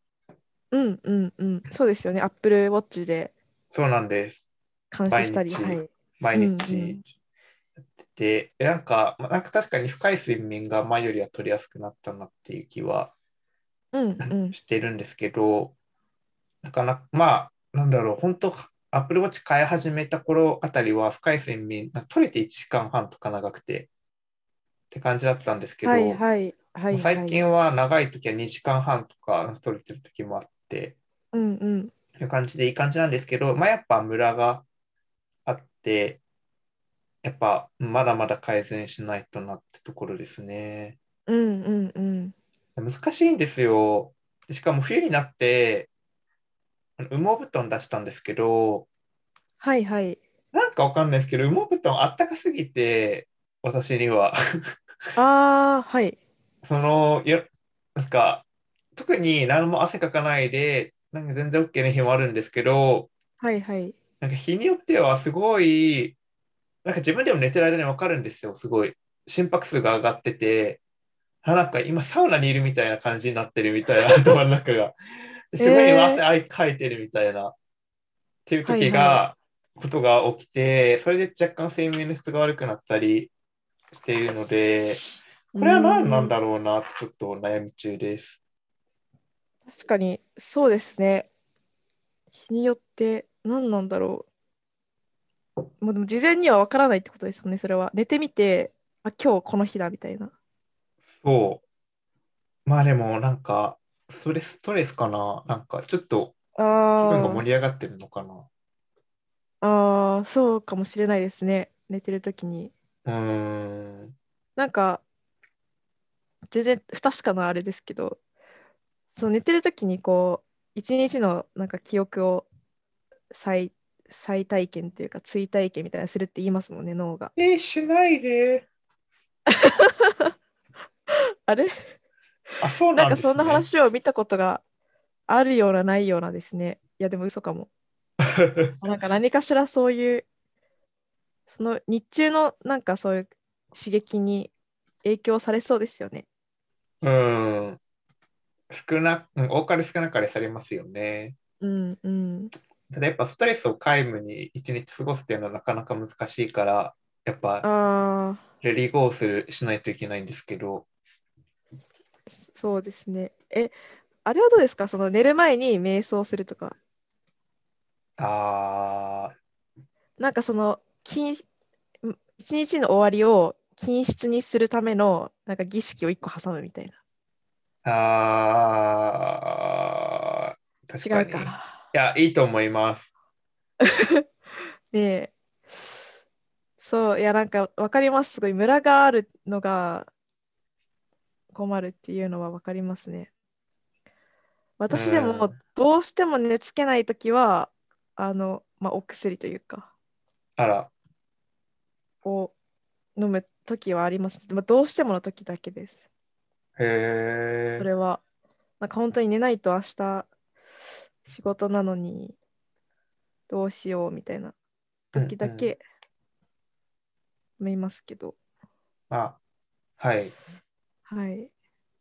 うんうんうん、そうですよね、Apple Watch で
そうなんです。
監視したり、
毎日
はい。
毎
う
日
ん
やってて、でなんか、まあなんか確かに深い睡眠が前よりは取りやすくなったなっていう気は
うんうん、
してるん ですけど、なかなか、まあ、なんだろう、本当、Apple Watch 買い始めた頃あたりは深い睡眠、なんか取れて1時間半とか長くてって感じだったんですけど、
はいはいはい、はい。
最近は長い時は2時間半とか取れてる時もあって、
うんうん、
いう感じでいい感じなんですけど、まあ、やっぱムラがあって、やっぱまだまだ改善しないとなってところですね。
うんうんうん。
難しいんですよ。しかも冬になって、あの羽毛布団出したんですけど、
はいはい。
なんかわかんないですけど、羽毛布団あったかすぎて、私には。
ああ、はい。
その、よ、なんか、特に何も汗かかないで、なんか全然 OK な日もあるんですけど、
はいはい。
なんか日によってはすごい、なんか自分でも寝てる間にわかるんですよ、すごい。心拍数が上がってて、あ、なんか今サウナにいるみたいな感じになってるみたい な、頭の中が。ですごい
えー
汗あいかいてるみたいな、っていう時
はい
が、ことが起きて、それで若干睡眠の質が悪くなったりしているので、これは何なんだろうなってちょっと悩み中です。
うん確かに、そうですね。日によって何なんだろう。もうでも事前には分からないってことですよね、それは。寝てみて、あ、今日この日だみたいな。
そう。まあでもなんか、それストレスかななんかちょっと
あ
気分が
ー
盛り上がってるのかな
あー、そうかもしれないですね。寝てるときに。
うーん。
なんか、全然不確かなあれですけど、その寝てるときにこう、一日のなんか記憶を再、再体験っていうか、追体験みたいなのするって言いますもんね、脳が。
えーしないで。
あれ
あ、そ
な
う
ん
な
か
んです
そんな
ね。
話を見たことがあるようなないようなですね。いやでも嘘かも。なんか何かしらそういう、その日中のなんかそういう刺激に影響されそうですよね。
うん。少な、うん多かれ少なかれされますよね。
うんうん。
ただやっぱストレスを皆無に一日過ごすっていうのはなかなか難しいから、やっぱ
ああ、
レディーゴーする、しないといけないんですけど。
そうですね。え、あれはどうですかその寝る前に瞑想するとか。
あ
なんかその禁ん一日の終わりを均質にするためのなんか儀式を一個挟むみたいな。
ー、あー、確か
違う
に。
か。
いや、いいと思います。
で、そう、いや、なんか分かります。すごい、ムラがあるのが困るっていうのは分かりますね。私で
う
も
ん、
どうしても寝つけないときは、あの、まあ、お薬というか、
あら、
を飲むときはあります。まあ、どうしてものときだけです。
へ
そ
ー。
れは、なんか本当に寝ないと明日、仕事なのに、どうしようみたいな時だ
うんうん
け、飲みますけど、
まあ、はい。
はい。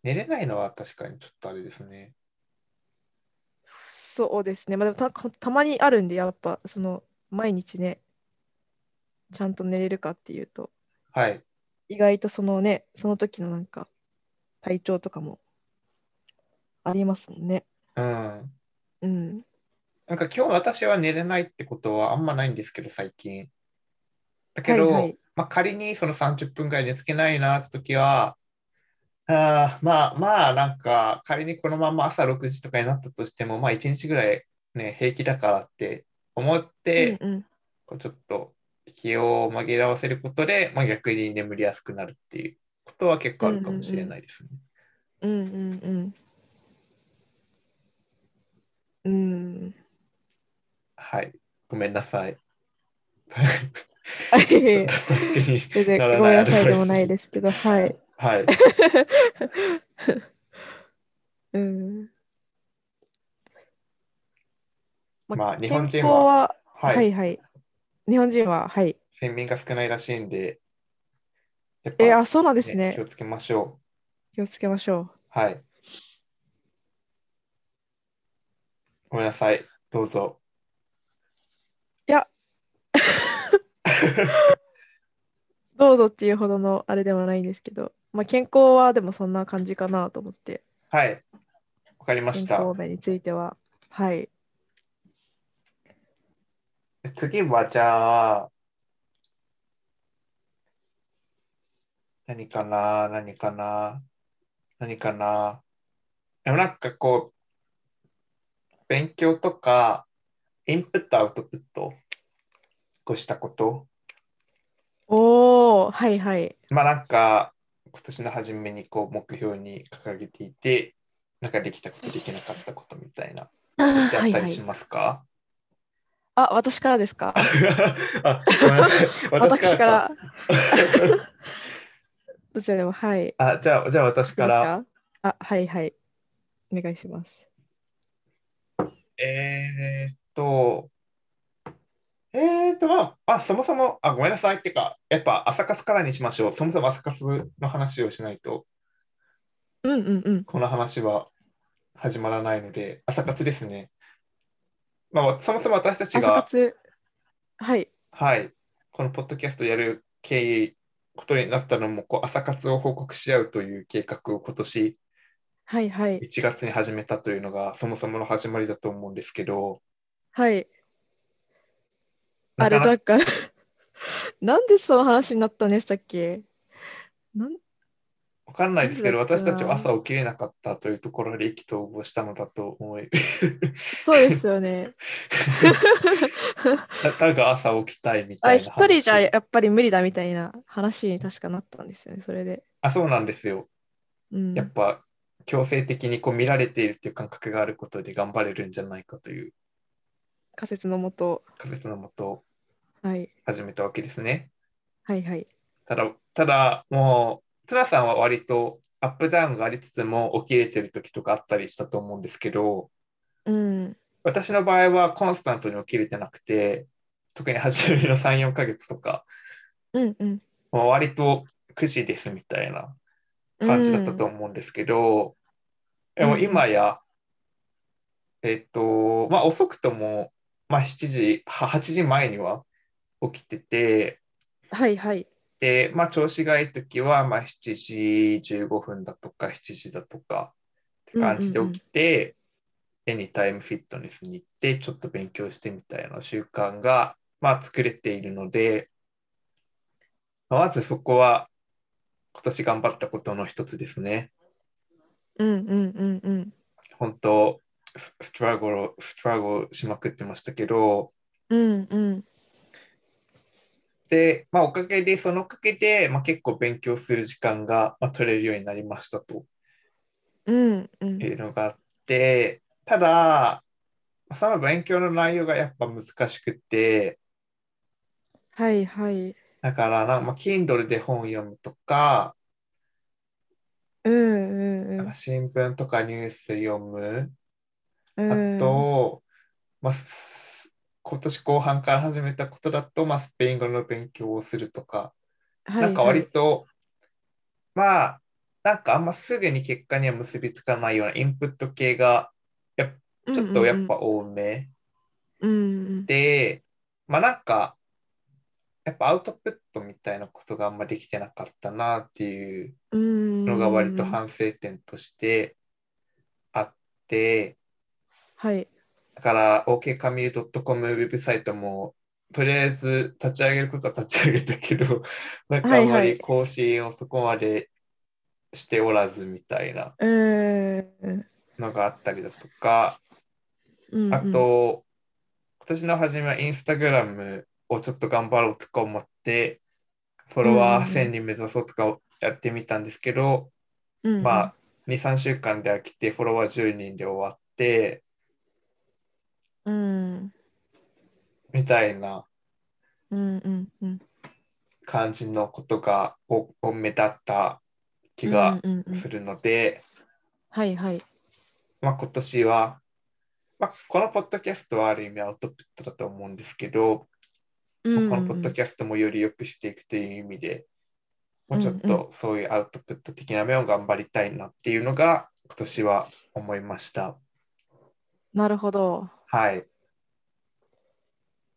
寝れないのは確かにちょっとあれですね。
そうですね。まあでもた、たまにあるんで、やっぱ、その、毎日ね、ちゃんと寝れるかっていうと、
はい。
意外とそのね、その時のなんか、体調とかもありますもんね。
うん。
うん。
なんか今日私は寝れないってことはあんまないんですけど、最近。だけど、
はいはい
まあ、仮にその30分ぐらい寝つけないなって時は、あーまあまあ、なんか仮にこのまま朝6時とかになったとしても、まあ1日ぐらい、ね、平気だからって思って、
うんうん、
こうちょっと気を紛らわせることで、まあ、逆に眠りやすくなるっていうことは結構あるかもしれないですね。
うんうんうん。うん。
はい。ごめんなさい。
あいえいえ
助けに
全然
なら
ごめん
ない
なさいでもない
す。
ですけど、はい。
はい。
うん。
まあ日本
健康
人は
は、
はい。
はいはい。日本人は、はい。
睡眠が少ないらしいんで、やっぱ
えーあ、そうなんです
ね
ね
気。をつけましょ
気をつけましょう。
う。はい。ごめんなさい。どうぞ。
いやどうぞっていうほどのあれではないんですけど、まあ、健康はでもそんな感じかなと思って、
はい。わかりま
健
した。
康面については。はい。
次はじゃあ、何かな何かな何かなでもなんかこう、勉強とか、インプット、アウトプット、こうしたこと。
おー、はいはい。
まあなんか、今年の初めにこう目標に掲げていて、なんかできたこと、できなかったことみたいな、
あ
だったりしますか
あ、私からですか。
あ、ごめんな さい。
私か
私から。
ら。 どちらでも、はい。
あ、じゃあ、じゃあ私から。
いいですか。あ、はいはい。お願いします。
えーっと、えーっと、まあ、あ、そもそも、あ、ごめんなさい。ってか、やっぱ朝活からにしましょう。そもそも朝活の話をしないと、
うんうんうん。
この話は始まらないので、朝活ですね。まあ、そもそも私たち
朝
が、
活。はい。
はい、このポッドキャストやる経緯、ことになったのも、こう朝活を報告し合うという計画を今年
はいはい。
1月に始めたというのが、そもそもの始まりだと思うんですけど、
はい。
な
あ
か
れ
なか
なんか なんでその話になったんでしたっけなん
わかんないですけど、
なんだっ
私
けな
たちは朝起きれなかったというところで意気投合したのだと思 い、
そうですよ ね。
だだが朝起きたいみた
あ
いな
一人じゃ
話
やっぱり無理だみたいな話に確かなったんですよね、それで。
あ、そうなんですよ。
うん、
やっぱ強制的にこう見られているという感覚があることで頑張れるんじゃないかという
仮説のもと、
仮説のもと
はい、
始めたわけですね。
はいはい。
ただ、ただもう、ツナさんは割とアップダウンがありつつも起きれてる時とかあったりしたと思うんですけど、
うん。
私の場合はコンスタントに起きれてなくて、特に初めの3、4ヶ月とか、
うんうん。
まあ、割と9時ですみたいな感じだったと思うんですけど、
うん
でも今や、えっと、まあ遅くとも、まあ7時、は8時前には起きてて、
はいはい。
で、まあ調子がいい時は、まあ7時15分だとか7時だとかって感じで起きて、エニタイムフィットネスに行って、ちょっと勉強してみたいな習慣が、まあ作れているので、まあまずそこは今年頑張ったことの一つですね。
うんうんうんうん。
本当、スストラゴル、ストラゴルしまくってましたけど、
うんうん。
で、まあおかげで、そのおかげで、まあ結構勉強する時間が、まあ、取れるようになりましたと。
うんうん。
いうのがあって、ただ、その勉強の内容がやっぱ難しくて、
はいはい。
だからな、まあ、Kindle で本読むとか、
うんうんうん。
新聞とかニュース読む、
うん
あ、と、まあ、す今年後半から始めたことだと、まあ、スペイン語の勉強をするとか、
はい
なんか割と、まあ、なんかあんますぐに結果には結びつかないようなインプット系がやっ
はい
ちょっとやっぱ多め。
うんうん
で、まあなんか、やっぱアウトプットみたいなことがあんまできてなかったなっていう
うん。
のが割と反省点としてあって、
はい。
だから okcamil.com ウェブサイトもとりあえず立ち上げることは立ち上げたけど、 なんかあんま
はいは
り
い
更新をそこまでしておらずみたいな
うん。
のがあったりだとか、
うんうん
あ、と、今年の初めはインスタグラムをちょっと頑張ろうとか思って、フォロワー
うんうん
1000人目指そうとかやってみたんですけど、
うんうん
まあ、2、3週間で飽きて、フォロワー10人で終わって、
うん
みたいな
うんうんうん
感じのことがお多めだった気が
うんうんうん
するので、
はいはい
まあ、今年は、まあ、このポッドキャストはある意味アウトプットだと思うんですけど、
うんうん
このポッドキャストもより良くしていくという意味で、もうちょっ
うん
とそういうアウトプット的な面を頑張りたいなっていうのが今年は思いました。
なるほど
はい。っ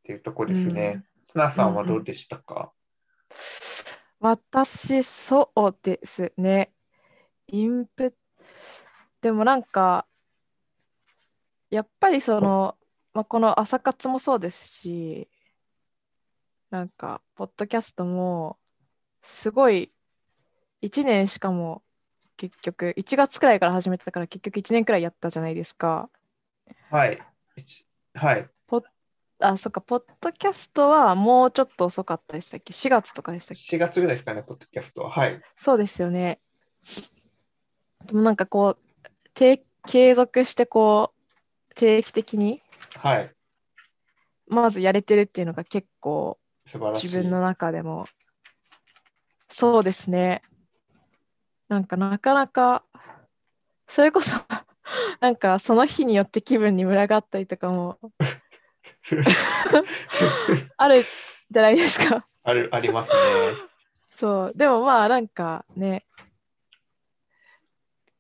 ていうとこです
う
ね
ん。
ツナさんはどうでしたか、
私そうですねインプットでもなんかやっぱりその、まあ、この朝活もそうですしなんかポッドキャストもすごい1年しかも結局1月くらいから始めてたから結局1年くらいやったじゃないですか
はい。一はい。
あ、そっか、ポッドキャストはもうちょっと遅かったでしたっけ ?4 月とかでしたっけ
4月ぐらいですかね、ポッドキャストは。はい。
そうですよね。でもなんかこう、て継続してこう、定期的に
はい。
まずやれてるっていうのが結構
素晴らしい。
自分の中でもそうですねなんかなかなかそれこそなんかその日によって気分にムラがあったりとかもあるじゃないですか
ある、ありますね。
そうでもまあなんかね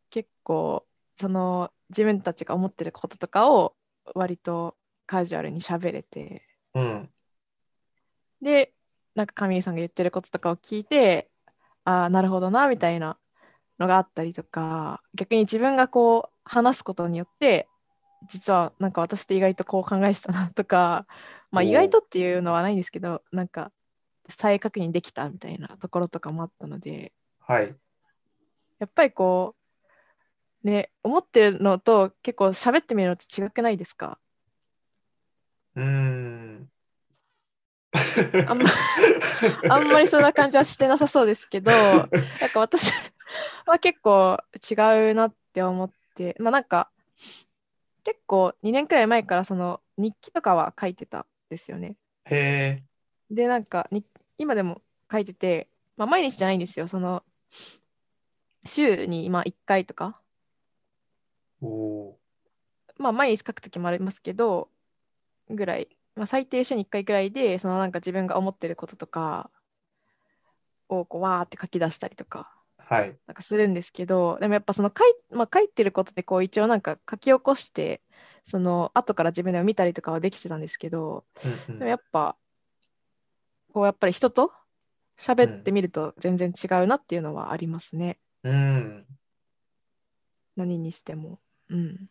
結構その自分たちが思ってることとかを割とカジュアルに喋れて
うん。
で、なんか神井さんが言ってることとかを聞いて、ああ、なるほどな、みたいなのがあったりとか、逆に自分がこう話すことによって、実はなんか私って意外とこう考えてたなとか、まあ
おー
意外とっていうのはないんですけど、なんか再確認できたみたいなところとかもあったので、
はい。
やっぱりこう、ね、思ってるのと結構喋ってみるのって違くないですか
うーん。
あんまあんまりそんな感じはしてなさそうですけど、なんか私 は結構違うなって思って、まあなんか結構2年くらい前からその日記とかは書いてたんですよね。
へえ。
でなんかに今でも書いてて、まあ毎日じゃないんですよ。その週に今1回とか、
おお
まあ毎日書くときもありますけど、ぐらい、まあ最低週に1回くらいで、そのなんか自分が思ってることとかをこうわーって書き出したりとか。
ー。はい。
なんかするんですけど、でもやっぱその書い,、まあ、書いてることでこう一応なんか書き起こして、その後から自分でも見たりとかはできてたんですけど、
うんうん
でもやっぱ、こうやっぱり人と喋ってみると全然違うなっていうのはありますね。
うん。
何にしても。うん。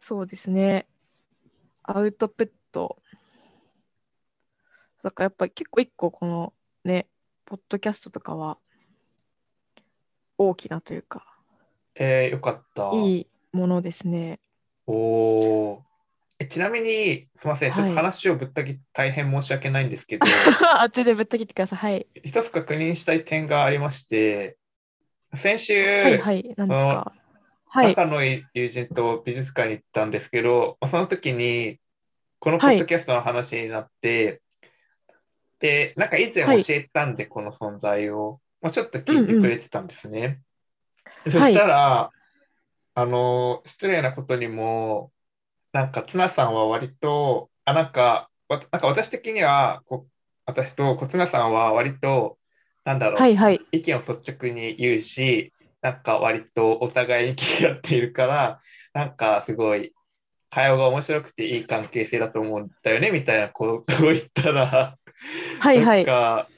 そうですね。アウトプット。だからやっぱり結構一個このね、ポッドキャストとかは大きなというか、
えー、よかった。
いいものです ね。
おお。えちなみに、すみません、ちょ
は
っと
い
話をぶった切大変申し訳ないんで すけど、
あ、全然ぶった切ってください。はい。
一つ確認したい点がありまして、先週、
はいはい。何ですかはい。
仲のいい友人と美術館に行ったんですけど、その時に、このポッドキャストの話になって、で、なんか以前
はい
教えたんで、この存在を、まあ、ちょっと聞いてくれてたんですね。そ
はい
したら、あの、失礼なことにも、なんかツナさんは割と、あ、なんか、わなんか私的にはこう、私とこうツナさんは割と、なんだろう、
はいはい。
意見を率直に言うし、なんか割とお互いに気合っているから、なんかすごい会話が面白くていい関係性だと思うんだよねみたいなことを言ったら、
はいはい
なんか、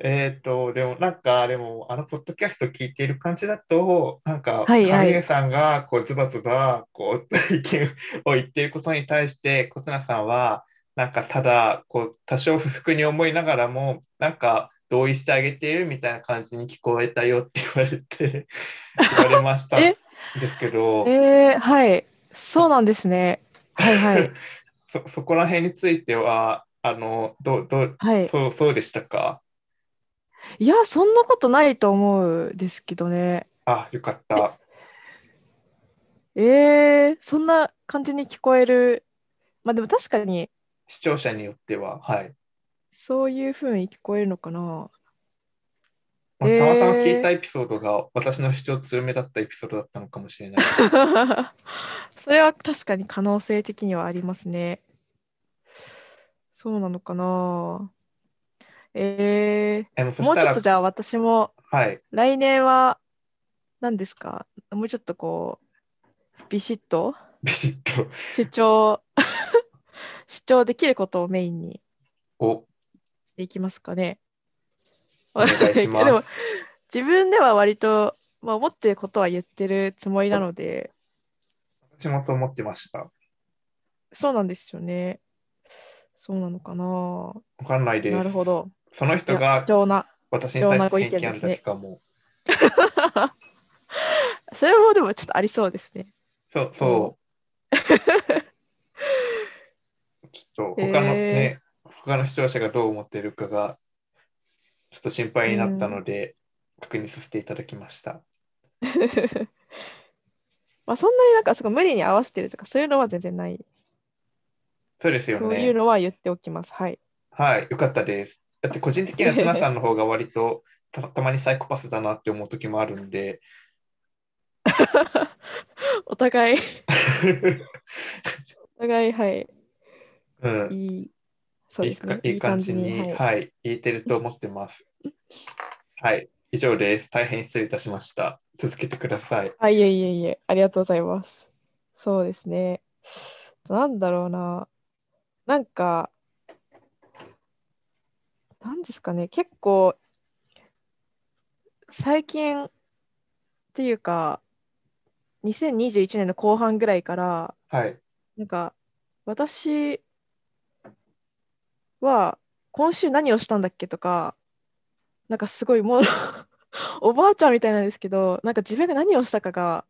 えっ、と、でもなんかでもあのポッドキャスト聞いている感じだと、なんか、
はいはい
上さんがこうズバズバこう意見を言っていることに対して、コツナさんはなんかただこう多少不服に思いながらも、なんか同意してあげているみたいな感じに聞こえたよって言われ て言われましたん
え
ですけど、
えー、はい。そうなんですね。はい はい。
そそこら辺についてはあのどうどう
はい。
そうそうでしたか
いや、そんなことないと思うですけどね。
あよかった。
えー、そんな感じに聞こえる。まあでも確かに
視聴者によっては、はい。
そういう風に聞こえるのかな。
まあ
えー
たまたま聞いたエピソードが私の主張強めだったエピソードだったのかもし れないです。
それは確かに可能性的にはありますね。そうなのかな。え
えもう
ー、
そ
も
し
うちょっ
たら
とじゃあ私も
はい、
来年は何ですかもうちょっとこう、ビシッと
ビシッと。
主張、 主張できることをメインに
お、
していきますかね。
お願いし
で
ま
も
す。
自分では割と、まあ、思ってることは言ってるつもりなので、
私もそう思ってました。
そうなんですよね。そうなのかな。
わかんないです。
なるほ。ど。
その
い
人
や
が
貴重な。
私に対
貴重な
して偏
ご意見
見あるだけかも。
それもでもちょっとありそうですね。
そう、そう。そう
へー
他のね、他の視聴者がどう思ってるかが、ちょっと心配になったので、確認させていただきました。
まあそんなになんかすごい無理に合わせてるとかそういうのは全然ない。
そうですよ
そう
ね。
いうのは言っておきます。はい。
はい、よかったです。だって個人的にはツナさんの方が割とたたまにサイコパスだなって思う時もある んで、
お互い、お互い、はい。
うん、
いい、そう
い
で
い
すね
か。いい感じに、
はい
はい、言えてると思ってます。 はい、以上です。大変失礼いたしました。続けてください。
あ、いえいえいえ、ありがとうございます。そうですね。なんだろうな。なんか、なんですかね、結構、最近っていうか、2021年の後半ぐらいから、
はい、
なんか、私は、今週何をしたんだっけとか、なんかすごいもう おばあちゃんみたいなんですけど、なんか自分が何をしたかが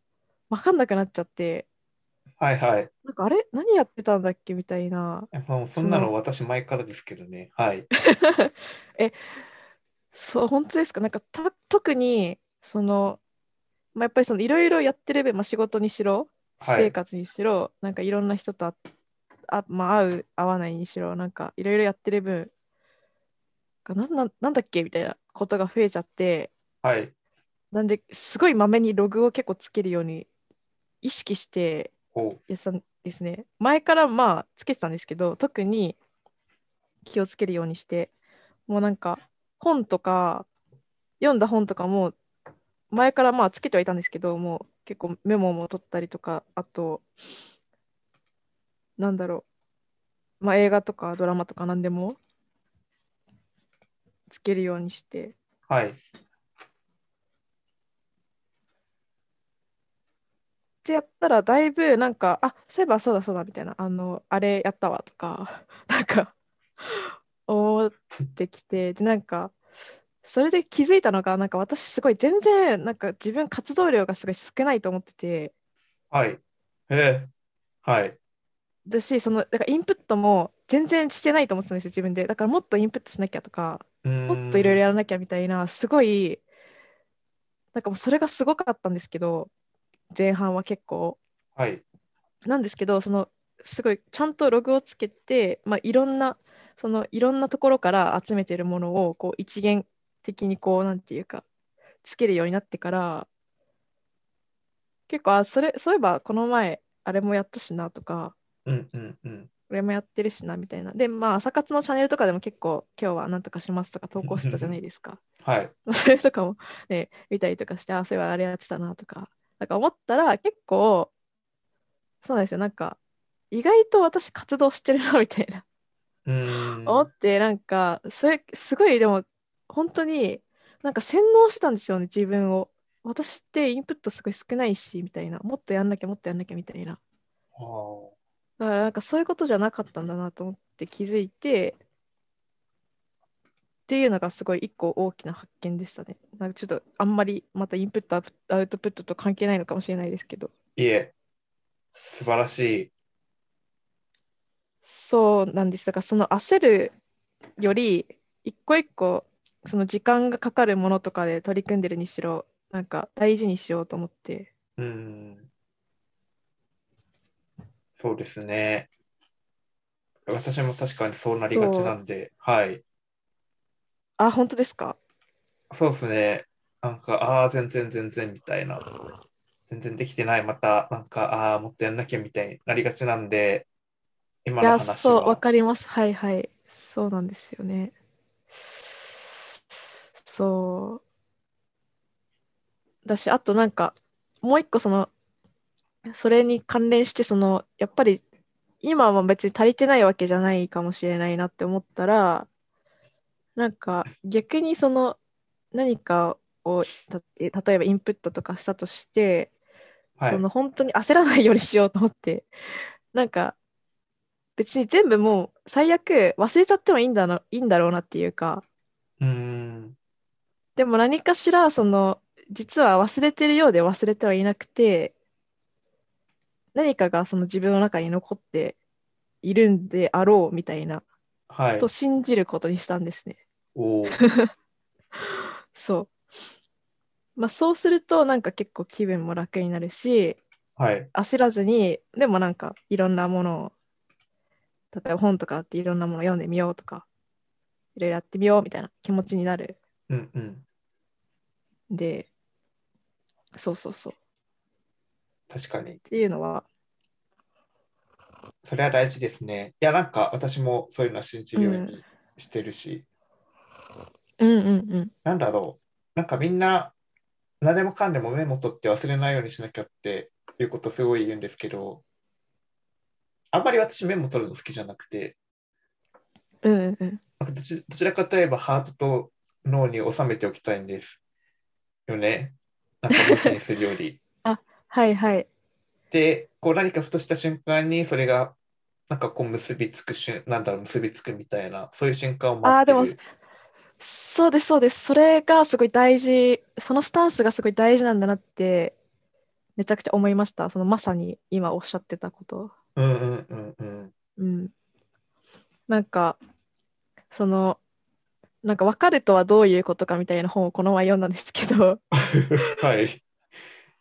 分かんなくなっちゃって、
はい、はい。
なんかあれ何やってたんだっけみたいな。
やっぱもうそんなの私前からですけどね。はい、
そう、本当ですかなんかた特に、その、まあ、やっぱりそのいろいろやってる分、まあ、仕事にしろ、私
はい
生活にしろ、なんかいろんな人とああ、まあ、会う、会わないにしろ、なんかいろいろやってる分、なんなんなんだっけみたいなことが増えちゃって、
はい、
なんで、すごいまめにログを結構つけるように意識して
おう
やってたんですね。前からまあつけてたんですけど、特に気をつけるようにして、もうなんか本とか、読んだ本とかも前からまあつけてはいたんですけど、もう結構メモも取ったりとか、あと、なんだろう、まあ映画とかドラマとか何でもつけるようにして、
はい、
ってやったらだいぶなんかあそういえばそうだそうだみたいなあのあれやったわとか なんか思ってきてでなんかそれで気づいたのがなんか私すごい全然なんか自分活動量がすごい少ないと思ってて
はい、えー、はい、
だしそのだからインプットも全然してないと思ってたんですよ自分でだからもっとインプットしなきゃとか
うーん
もっといろいろやらなきゃみたいなすごいなんかもうそれがすごかったんですけど前半は結構。
はい、
なんですけど、そのすごいちゃんとログをつけて、まあ、いろんなそのいろんなところから集めてるものをこう一元的にこうなんていうかつけるようになってから結構あそれそういえばこの前あれもやったしなとか
うん、うん、うん。
これもやってるしなみたいなでまあ朝活のチャンネルとかでも結構今日はなんとかしますとか投稿してたじゃないですか
はい、
それとかもね見たりとかしてあそういえばあれやってたなとかなんか思ったら結構そうなんですよなんか意外と私活動してるなみたいな
うーん。
思ってなんかそれすごいでも本当になんか洗脳してたんですよね自分を私ってインプットすごい少ないしみたいなもっとやんなきゃもっとやんなきゃみたいな
あー
だからなんかそういうことじゃなかったんだなと思って気づいてっていうのがすごい一個大きな発見でしたね。なんかちょっとあんまりまたインプットアウトアウトプットと関係ないのかもしれないですけど
いえ、素晴らしい。
そうなんですだからその焦るより一個一個その時間がかかるものとかで取り組んでるにしろなんか大事にしようと思って
うーん。そうですね。私も確かにそうなりがちなんで、はい。
あ本当ですか
そうですね。なんか、ああー、全然全然みたいな。全然できてない。また、なんか、ああー、もっとやんなきゃみたいになりがちなんで、今
い
の
や
話
そうわ
は。
かりますはいはいそうなんですよねそうだしあとなんかもう一個そのそれに関連してそのやっぱり今は別に足りてないわけじゃないかもしれないなって思ったらなんか逆にその何かをた例えばインプットとかしたとして
はい
そ。の本当に焦らないようにしようと思って、 なんか別に全部もう最悪忘れちゃってもいいんだないいんだろうなっていうか、
うーん。
でも何かしらその実は忘れてるようで忘れてはいなくて、何かがその自分の中に残っているんであろうみたいな、
はい
と。信じることにしたんですね。
おお。う
そう。まあそうするとなんか結構気分も楽になるし、
はい。
焦らずに、でもなんかいろんなものを、例えば本とかあっていろんなもの読んでみようとか、いろいろやってみようみたいな気持ちになる
うんうん。
んで、そうそうそう。
確かに。
っていうのは、
それは大事ですね。いや、なんか私もそういうのは信じるようにしてるし、
うんうんうん。
なんだろう。なんかみんな、何でもかんでもメモ取って忘れないようにしなきゃっていうことすごい言うんですけど、あんまり私メモ取るの好きじゃなくて、
うんうんうん。
なんかどちどちらかといえばハートと脳に収めておきたいんです。よね。なんか文字にする より。
はいはい。
で、こう何かふとした瞬間にそれがなんかこう結びつく瞬、なんだろう、結びつくみたいな、そういう瞬間を待ってる。
あーでもそうです、そうです。それがすごい大事、そのスタンスがすごい大事なんだなって、めちゃくちゃ思いました。そのまさに今おっしゃってたこと。
うんうんうんうん。
うん。なんか、その、なんか別れとはどういうことかみたいな本をこの前読んだんですけど、
はい。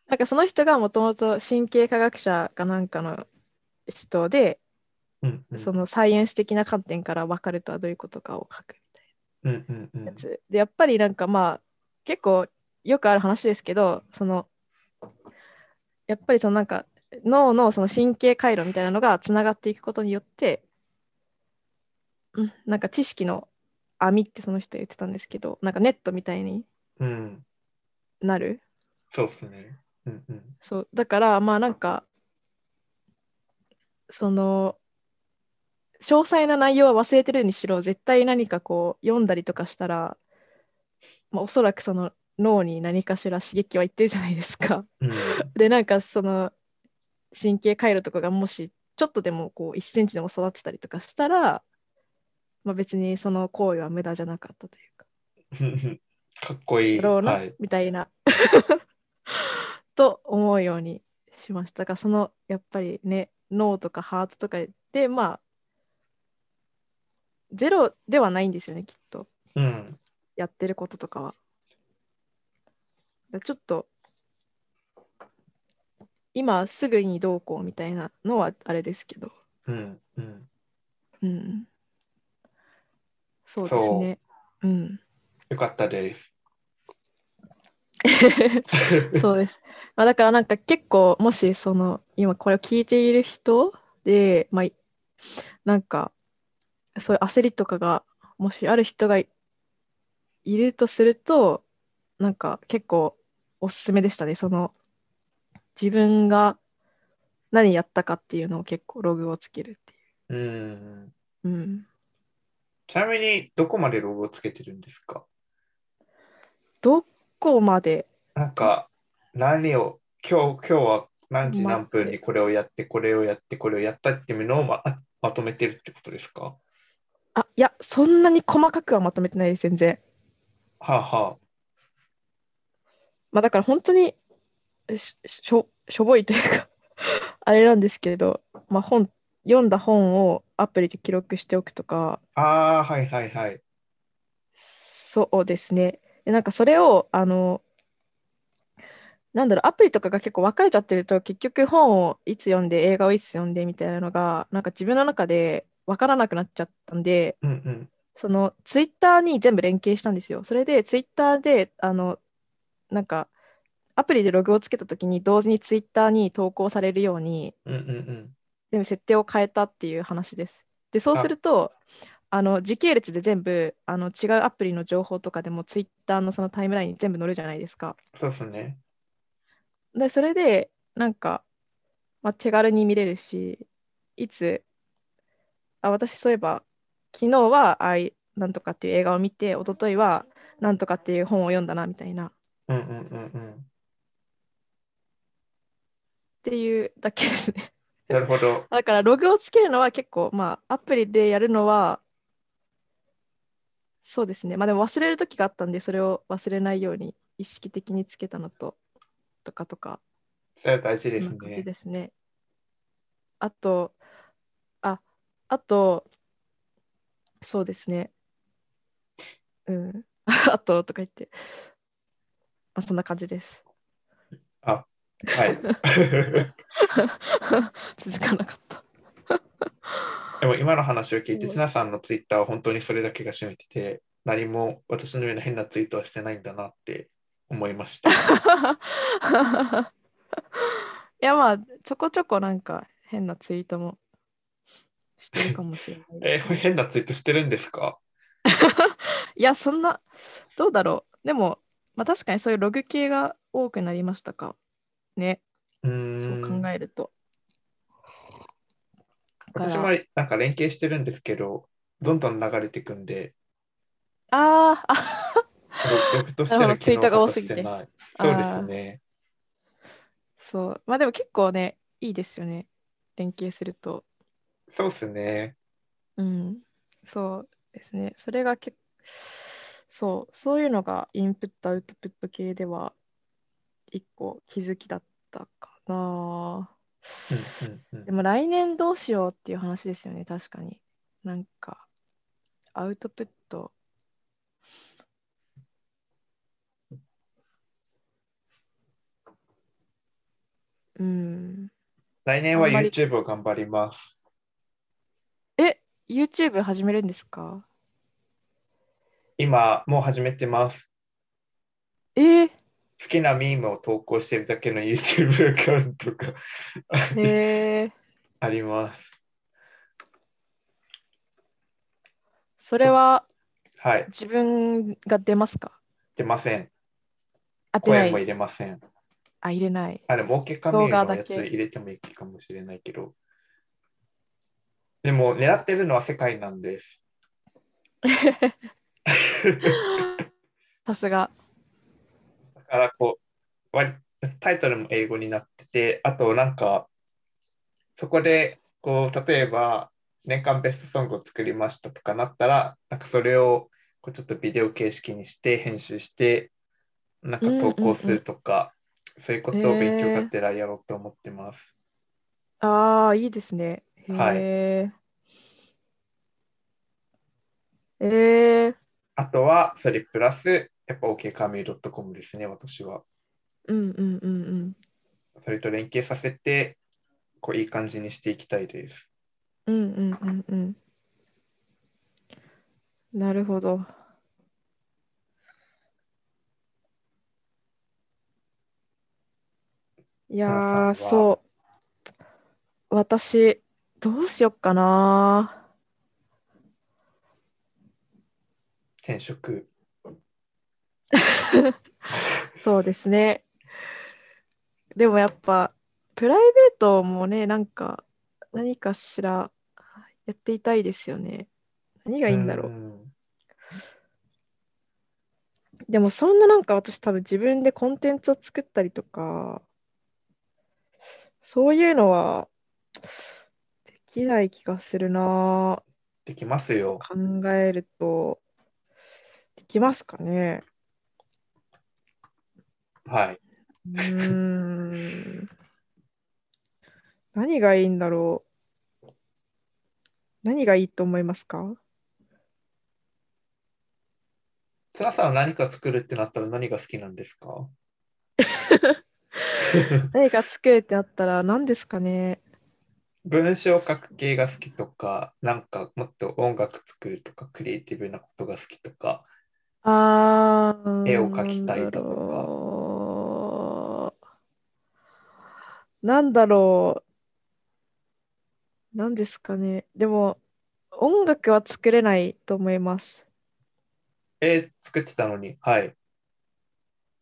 なんかその人がもともと神経科学者かなんかの人で、
うんうん
そのサイエンス的な観点から別れとはどういうことかを書く
うんうんうん
やつでやっぱりなんかまあ結構よくある話ですけどそのやっぱりそのなんか脳のその神経回路みたいなのがつながっていくことによって、うん、なんか知識の網ってその人言ってたんですけどなんかネットみたいに
うん。
なる
そうですね。うんうん。
そうだからまあなんかその詳細な内容は忘れてるにしろ絶対何かこう読んだりとかしたら、まあ、おそらくその脳に何かしら刺激はいってるじゃないですか。
うん
でなんかその神経回路とかがもしちょっとでもこう1センチでも育ってたりとかしたら、まあ、別にその行為は無駄じゃなかったというか
かっこいい。
だろうな、
はい。
みたいな と思うようにしましたがそのやっぱりね脳とかハートとかでまあゼロではないんですよねきっと
うん。
やってることとかはだちょっと今すぐにどうこうみたいなのはあれですけど
うんうん。
うんそうですねうん
よかったです。
そうです。まあ、だからなんか結構もしその今これを聞いている人で、まあ、いなんかそういう焦りとかがもしある人がいいるとするとなんか結構おすすめでしたね。その自分が何やったかっていうのを結構ログをつけるってい
うん。
う。うん、
ちなみに、どこまでロゴをつけてるんですか
どこまで
なんか、何を、今日、今日は何時何分にこれをやって、これをやって、これをやったっていうのをままとめてるってことですかは
あいやそんなに細かくはまとめてないです全然。
あは
まあだから本当にししょしょぼいというか あれなんですけど、まあ、本読んだ本をアプリで記録しておくとか
あ。ああ、はいはいはい。
そうですねでなんかそれをあのなんだろうアプリとかが結構分かれちゃってると結局本をいつ読んで映画をいつ読んでみたいなのがなんか自分の中で分からなくなっちゃったんで
うんうん。
そのツイッターに全部連携したんですよ。それでツイッターであのなんかアプリでログをつけたときに同時にツイッターに投稿されるように
うんうんうん。
全部設定を変えたっていう話です。でそうするとあの時系列で全部あの違うアプリの情報とかでもツイッターのそのタイムラインに全部載るじゃないですか。
そうですね。
でそれでなんか、まあ、手軽に見れるしいつあ私そういえば昨日はああいなんとかっていう映画を見て一昨日はなんとかっていう本を読んだなみたいなっ
うんうんうんうん。
ていうだけですね
なるほど。
だからログをつけるのは結構まあアプリでやるのはそうですねまあでも忘れる時があったんでそれを忘れないように意識的につけたのととかとか
それは大事で
こ
す
んな感じ
ね。
ですね。あと、あ、あと、そうですね。うん。 あと、とか言って。まあ、そんな感じです。
はい。
続かなかった。
でも今の話を聞いて、セナさんのツイッターは本当にそれだけが占めてて、何も私のような変なツイートはしてないんだなって思い ました。
いやまあちょこちょこなんか変なツイートもしてるかもしれない。
え、変なツイートしてるんですか
いやそんなどうだろう。でも、まあ、確かにそういうログ系が多くなりましたかね。
う
そ
ーん。
う考えると。から
私もなんか連携してるんですけど、どんどん流れていくんで、
あーあ
ログとして
なる
の
ほどツイートが多すぎ
機
て
能がさしてないそうですね。
そう。まあでも結構ねいいですよね。連携すると。
そうですね。
うん、そうですね。それが結そう、そういうのがインプット、アウトプット系では一個気づきだったかな。
うんうんう
で
ん、
も来年どうしようっていう話ですよね、確かに。なんか、アウトプット。うん、
来年は
あんまり
YouTube を頑張ります。
YouTube 始めるんですか
今、もう始めてます。
えー、
好きなミームを投稿してるだけの YouTube アカウントが
へー
あります。
それは
はい。
自分が出ますか
出ません。
あ、出な
声
い
も。入れません。
あ、入れない。
あ、でも、OK カミュー
動画
の
だ
やつ
け
入れてもいいかもしれないけど。でも、狙ってるのは世界なんです。
さすが。
だから、こう、割タイトルも英語になってて、あと、なんか、そこで、こう、例えば、年間ベストソングを作りましたとかなったら、なんかそれを、こう、ちょっとビデオ形式にして、編集して、なんか投稿するとか、そういうことを勉強がてらやろうと思ってます。
ああ、いいですね。へえ。
はい
えー、
あとは、それプラス、やっぱ OKCAMI.com ですね、私は。
うんうんうんうん。
それと連携させて、こういい感じにしていきたいです。
うんうんうんうん。なるほど。い
さん
や
は
ー、そう。私、どうしよっかな
転職。
そうですね。でもやっぱプライベートもね、なんか何かしらやっていたいですよね。何がいいんだろう。
ん
でもそんななんか私多分自分でコンテンツを作ったりとか、そういうのはできない気がするな
できますよ。
考えると。できますかね。
はい。
うーん。何がいいんだろう。何がいいと思いますか
つなさんは何か作るってなったら何が好きなんですか
何か作るってあったら何ですかね
文章書く系が好きとか、なんかもっと音楽作るとか、クリエイティブなことが好きとか、
あー
絵を描きたいだとか
なんだろう。なんですかね。でも、音楽は作れないと思います。
えー作ってたのに、はい。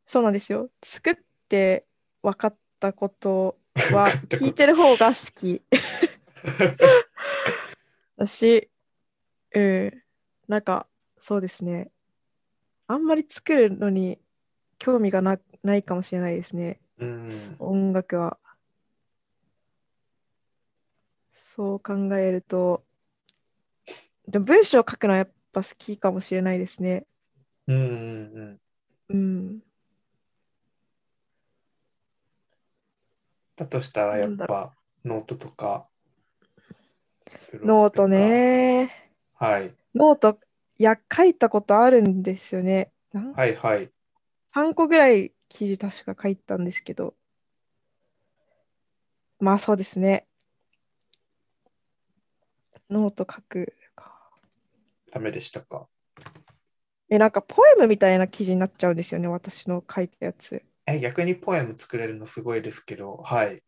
そうなんですよ。作って分かったことは
分かったこと
聞いてる方が好き。 私、うん、なんかそうですね。あんまり作るのに興味がなないかもしれないですね。
うん。
音楽は。そう考えると、でも文章を書くのはやっぱ好きかもしれないですね。
うんうんうん。
うん。
だとしたらやっ
なんだ
ぱノートとかプロ
ノート。ね。
はい。
ノート、いや、書いたことあるんですよね。なん
はいはい。
3個ぐらい記事確か書いたんですけど。まあそうですね。ノート書くか。
ダメでしたか。
え、なんかポエムみたいな記事になっちゃうんですよね、私の書いたやつ。
え、逆にポエム作れるのすごいですけど、はい。
い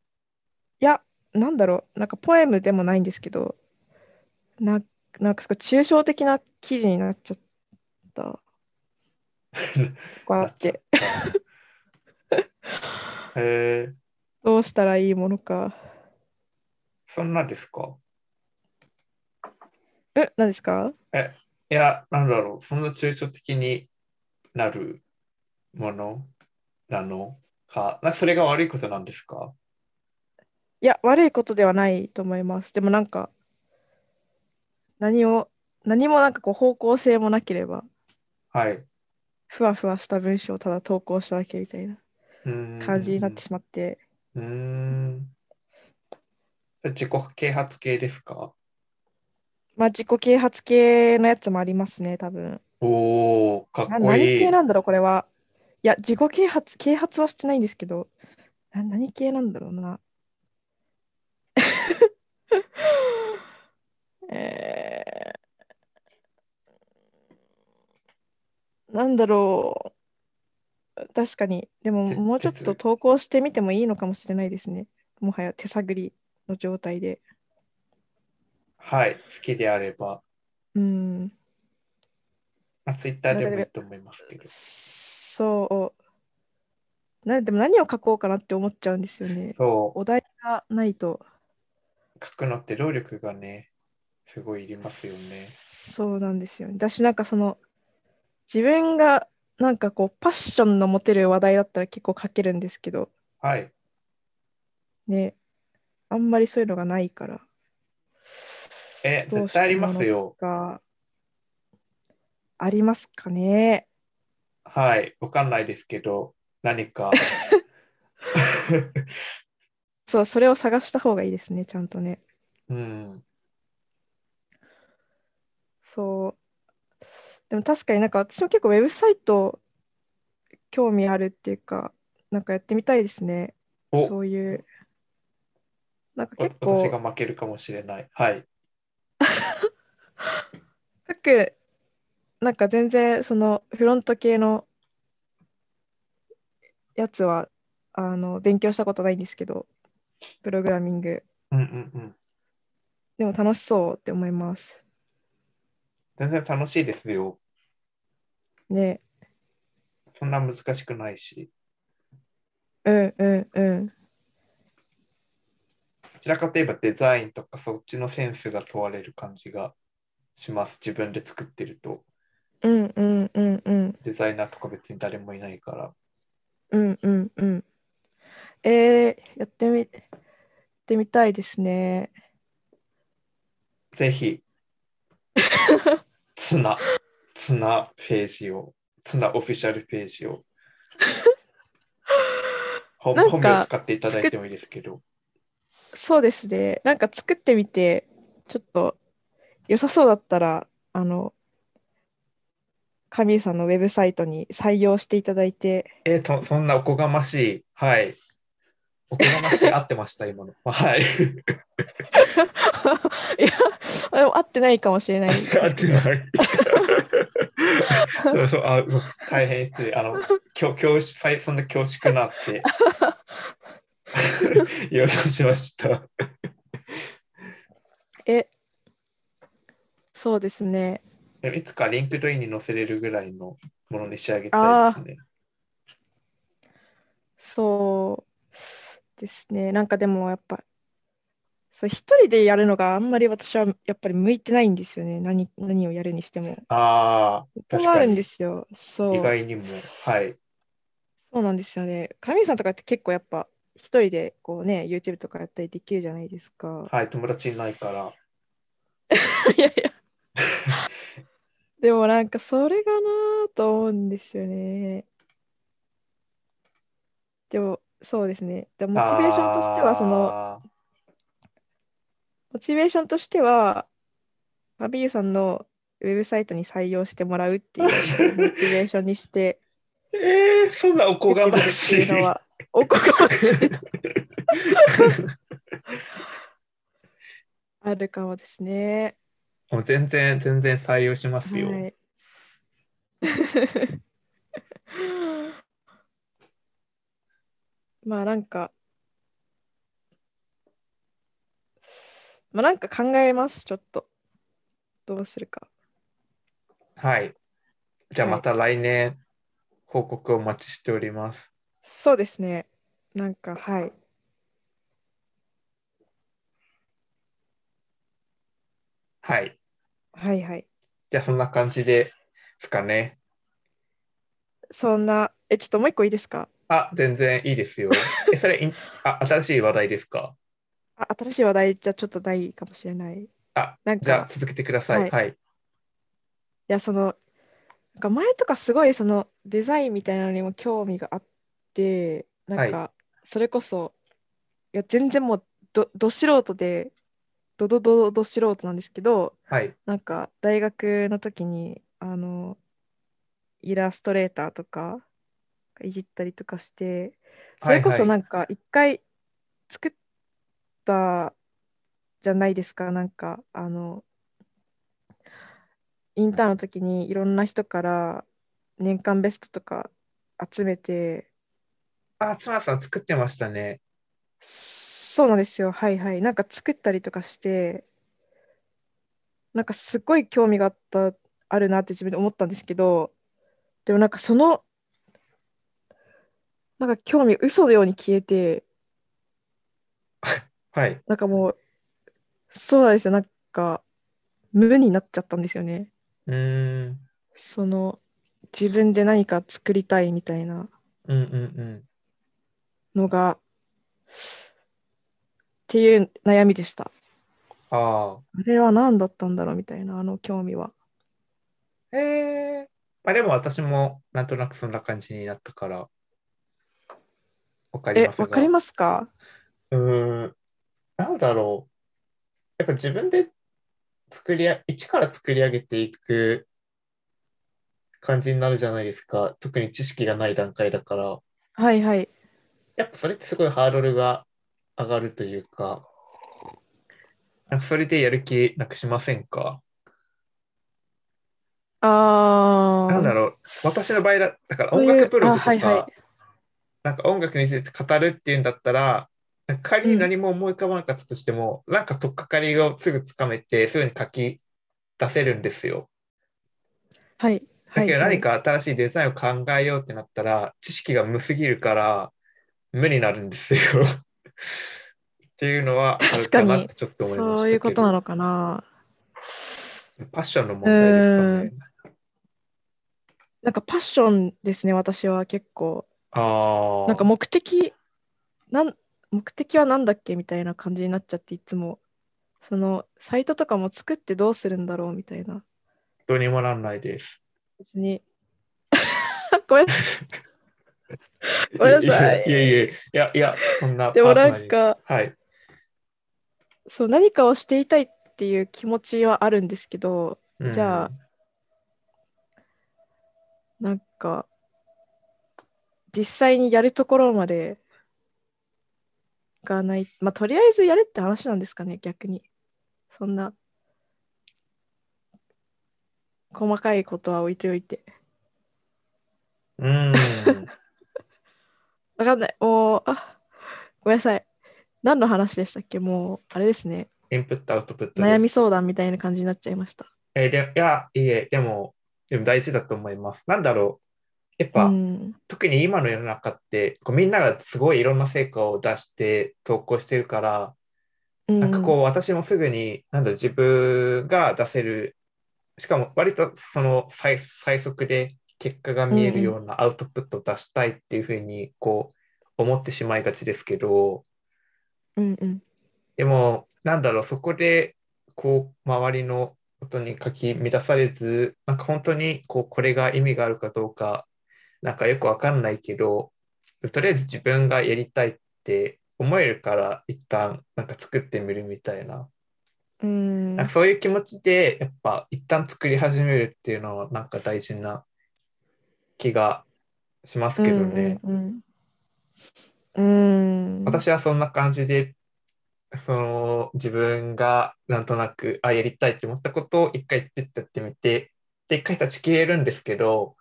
や、なんだろう、なんかポエムでもないんですけど、ななんかすごい抽象的な記事になっちゃっ た。こうやって、
へえ
どうしたらいいものか。
そんなですか
え、何ですか
いや、なんだろう、そんな抽象的になるものなのか、なんかそれが悪いことなんですか
いや、悪いことではないと思います。でもなんか、何を、何もなんかこう方向性もなければ、
はい。う
ふわふわした文章をただ投稿しただけみたいな
ーん
感じになってしまって、
うーん。自己啓発系ですか
まあ自己啓発系のやつもありますね、多分。
おお、かっ
な
こい
何
い。
系なんだろう、これは。いや、自己啓発、啓発はしてないんですけど、な何系なんだろうな。 えー、なんだろう。確かに。でも、
て
もうちょっと
哲
投稿してみてもいいのかもしれないですね。もはや手探りの状態で。
はい、好きであれば、
うん。
まあ、ツイッターでもいいと思いますけど。
そう。なでも何を書こうかなって思っちゃうんですよね。
そ
お題がないと。
う、書くのって労力がね、すごいいりますよね。
そうなんですよね。だし、なんかその、自分がなんかこう、パッションの持てる話題だったら結構書けるんですけど、
はい。
ね、あんまりそういうのがないから。
え、
どう
絶
した
対ありますよ。
がありますかね。
はい、わかんないですけど、何か。
そう、それを探した方がいいですね、ちゃんとね。
うん、
そう。でも確かになんか私も結構ウェブサイト興味あるっていうか、なんかやってみたいですね。
お
そういう。なんか
わ
結
私が
構、
負けるかもしれない。はい。
各、なんか全然そのフロント系のやつは、あの、勉強したことないんですけど、プログラミング。
うんうんうん。
でも楽しそうって思います。
全然楽しいですよ。
ね。
そんな難しくないし。
うんうんうん。
どちらかといえばデザインとかそっちのセンスが問われる感じがします。自分で作ってると。
うんうんうんうん。
デザイナーとか別に誰もいないから。
うんうんうん。えー、やってみ、やってみたいですね。
ぜ ひ、ツナ、ツナページを、ツナオフィシャルページを。ほ
なんか
本名使っていただいてもいいですけど。
そうですね。なんか作ってみて、ちょっと良さそうだったら、あの、神さんのウェブサイトに採用していただい て、
えーと、そんなおこがましい。はい。おこがま しい。合ってました、今の。はい。
いや、あでも合ってないかもしれ ない。
合っ てない。そうそうあうん大変失礼。あの、きょ恐縮そんな恐縮なって 言おうとしました。
え、そうですね。
でもいつかリンクドインに載せれるぐらいのものに仕上げたいですね。
そうですね。なんかでもやっぱ、そう、一人でやるのがあんまり私はやっぱり向いてないんですよね。何、何をやるにしても。
ああ
そ
ー、
こ
確
はあ
か
るん
に。
で
意
すよ。そう。
外にも。はい。
そうなんですよね。神さんとかって結構やっぱ一人でこうね、YouTube とかやったりできるじゃないですか。
はい、友達いないから。
いやいや。でもなんかそれがなぁと思うんですよね。でもそうですね。でモチベーションとしてはその、
あー
モチベーションとしては、バビーさんのウェブサイトに採用してもらう っていうモチベーションにして、
えー、そんなおこがまし
っていうのは、おこがましいと
い。
あるかもですね。
もう全然、全然採用しますよ。
はい。 まあなんか、まあなんか考えます、ちょっと。どうするか。
はい。じゃあ
はい
また来年、報告をお待ちしております。
そうですね。なんか、はい。
はい。
はいはい。
じゃあそんな感じですかね。
そんな、え、ちょっともう一個いいですか
あ、全然いいですよ。え、それ、いんあ、新しい話題ですか
あ新しい話題じゃちょっとないかもしれない。
あ、
なんか、
じゃあ続けてください。
はい
はい。
いや、その、なんか前とかすごいそのデザインみたいなのにも興味があって、なんか、それこそ、いや、全然もうど、ど素人で、どどどどど素人なんですけど、
はい。
なんか、大学の時に、あの、イラストレーターとか、いじったりとかして、それこ
はいは
そ
い
なんか、一回作ったじゃないですか、なんか、あの、インターンの時にいろんな人から年間ベストとか集めて、
あ、ツナさん作ってましたね。
そうなんですよ、はいはい。なんか作ったりとかして、なんかすごい興味があった、あるなって自分で思ったんですけど、でもなんかその、なんか興味嘘のように消えて、
はい。
なんかもう、そうなんですよ、なんか無になっちゃったんですよね。
うーん。
その、自分で何か作りたいみたいな。
うんうん
のがっていう悩みでした。
うん。あ
あれは何だったんだろうみたいな、あの興味は。
あ。えー。まあでも私もなんとなくそんな感じになったから、わかり
え
ま、すが。
わかりますか
うーん。なんだろう。やっぱ自分で作りあ、一から作り上げていく感じになるじゃないですか。特に知識がない段階だから。
はいはい。
やっぱそれってすごいハードルが上がるというか、なんかそれでやる気なくしませんか
あー
なんだろう、私の場合だ、だから
そう
音
いう
楽ブログ
あ
と
はいは
か、なんか音楽について語るっていうんだったら、なんか仮に何も思い浮かばなかったとしても、なんか取っかかりをすぐつかめて、すぐに書き出せるんですよ。
はい。は
だ
い
けど
はい
何か新しいデザインを考えようってなったら、知識が無すぎるから、無になるんですよ。 っていうのはあるかなってちょっと思いました
そういうことなのかな。
けどパッションの問題ですかね。
なんかパッションですね、私は結構。
ああ。
なんか目的、なん目的は何だっけみたいな感じになっちゃって、いつも。そのサイトとかも作ってどうするんだろうみたいな。
どうにもなんないです。
別に。ごめんなさい ごめんなさい
いやいやいや、いやいや、そんな
でもな
パーソナ
ん
リティ
か、
はい。
そう、何かをしていたいっていう気持ちはあるんですけど、
うん
じゃあなんか、実際にやるところまでがない、まあ、とりあえずやるって話なんですかね、逆に。そんな、細かいことは置いておいて。
うん。
わかんない。もう、あ、ごめんなさい。何の話でしたっけもう、あれですね。
インプット、アウトプットです。
悩み相談みたいな感じになっちゃいました。
えーでいや、いいえ、でも、でも大事だと思います。なんだろう。やっ
う
ぱ、
ん。
特に今の世の中って、こうみんながすごいいろんな成果を出して投稿してるから、
な
なんかこう、私もすぐに、なんだろう、自分が出せる、しかも割とその最、最速で結果が見えるようなアウトプットを出したいっていうふうに、こう、思ってしまいがちですけど、
うんうん。
でも、なんだろう、そこで、こう、周りのことにかき乱されず、なんか本当に、こう、これが意味があるかどうか、なんかよくわかんないけど、とりあえず自分がやりたいって思えるから、一旦、なんか作ってみるみたいな
うん
なんかそういう気持ちで、やっぱ一旦作り始めるっていうのは、なんか大事な気がしますけどね。
うんうんうん、
私はそんな感じで、その自分がなんとなく、あ、やりたいって思ったことを一回ピッとやってみて、で、一回立ち消えるんですけど、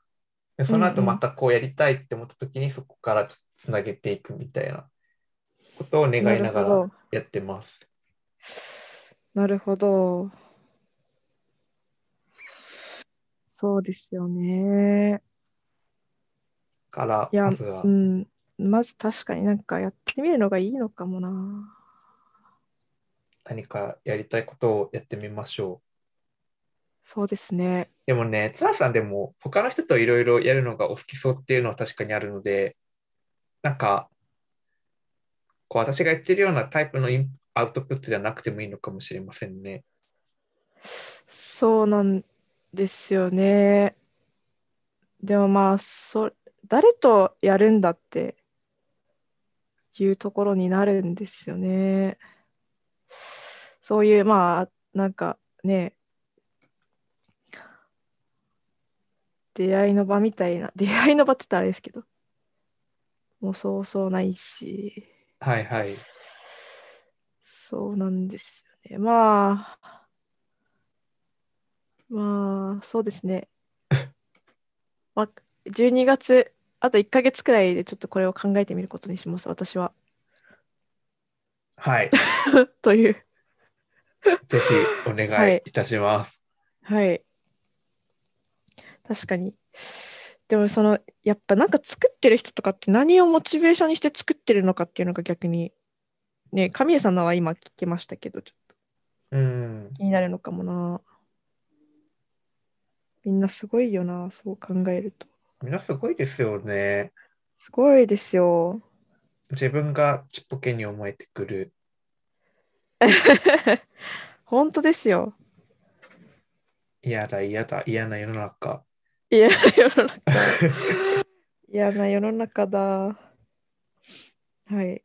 でその後
うんうん
またこうやりたいって思った時に、そこからちょっとつなげていくみたいなことを願いなが
るほ
ら
ど
やってます。
なるほど。そうですよね。
から、
いや
まずは
う。ん。まず確かになんかやってみるのがいいのかもな。
何かやりたいことをやってみましょう。
そうですね。
でもね、ツナさんでも他の人といろいろやるのがお好きそうっていうのは確かにあるので、なんか、こう私が言ってるようなタイプのインアウトプットじゃなくてもいいのかもしれませんね。
そうなんですよね。でもまあ、そ誰とやるんだっていうところになるんですよね。そういう、まあ、なんかね、出会いの場みたいな、出会いの場って言ったらあれですけど、もうそうそうないし。
はいはい。
そうなんですよね。まあ、まあ、そうです ね。まあ、12月、あと1ヶ月くらいでちょっとこれを考えてみることにします、私は。
はい。
という。
ぜひお願いいたします。
はい。確かに。でも、その、やっぱなんか作ってる人とかって何をモチベーションにして作ってるのかっていうのが逆に、ね、神谷さんのは今聞きましたけど、ちょっと
うん。
気になるのかもな。みんなすごいよな、そう考えると。
みんなすごいですよね。
すごいですよ。
自分がちっぽけに思えてくる。
本当ですよ。
嫌だ嫌だ嫌な世の中。
いや、世の中。嫌な世の中だ。はい。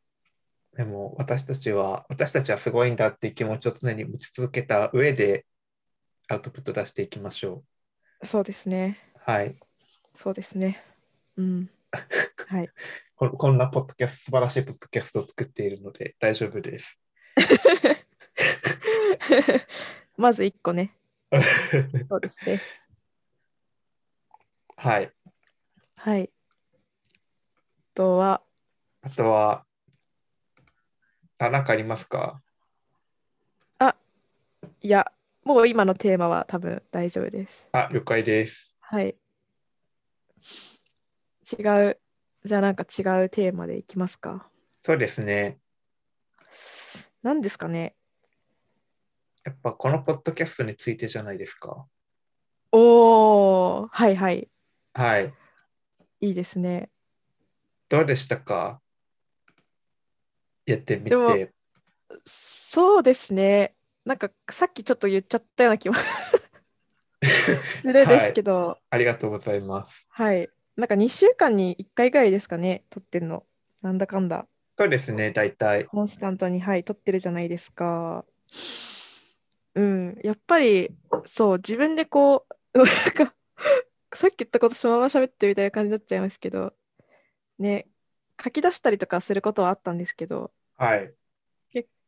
でも私たちは、私たちはすごいんだっていう気持ちを常に持ち続けた上でアウトプット出していきましょ
そうですね。
う。はい。
そうですね。うん。はい。
ここんなポッドキャスト、素晴らしいポッドキャストを作っているので大丈夫です。
まず1個ね。そうですね。
はい。
はい。あとは、
あとは、あ、なんかありますか
いや、もう今のテーマは多分大丈夫です。
あ、了解です。
はい。違う、じゃあなんか違うテーマでいきますか。
そうですね。
何ですかね。
やっぱこのポッドキャストについてじゃないですか。
おー、はいはい。
はい。
いいですね。
どうでしたかやってみ
でも
て。
そうですね。なんかさっきちょっと言っちゃったような気もするですけど、
ありがとうございます。
はい、なんか2週間に1回ぐらいですかね、撮ってんの。なんだかんだ。
そうですね、大体。
コンスタントに、はい、撮ってるじゃないですか。うん、やっぱりそう、自分でこう、うわ なんか、さっき言ったことそのまま喋ってるみたいな感じになっちゃいますけど、ね、書き出したりとかすることはあったんですけど、
はい。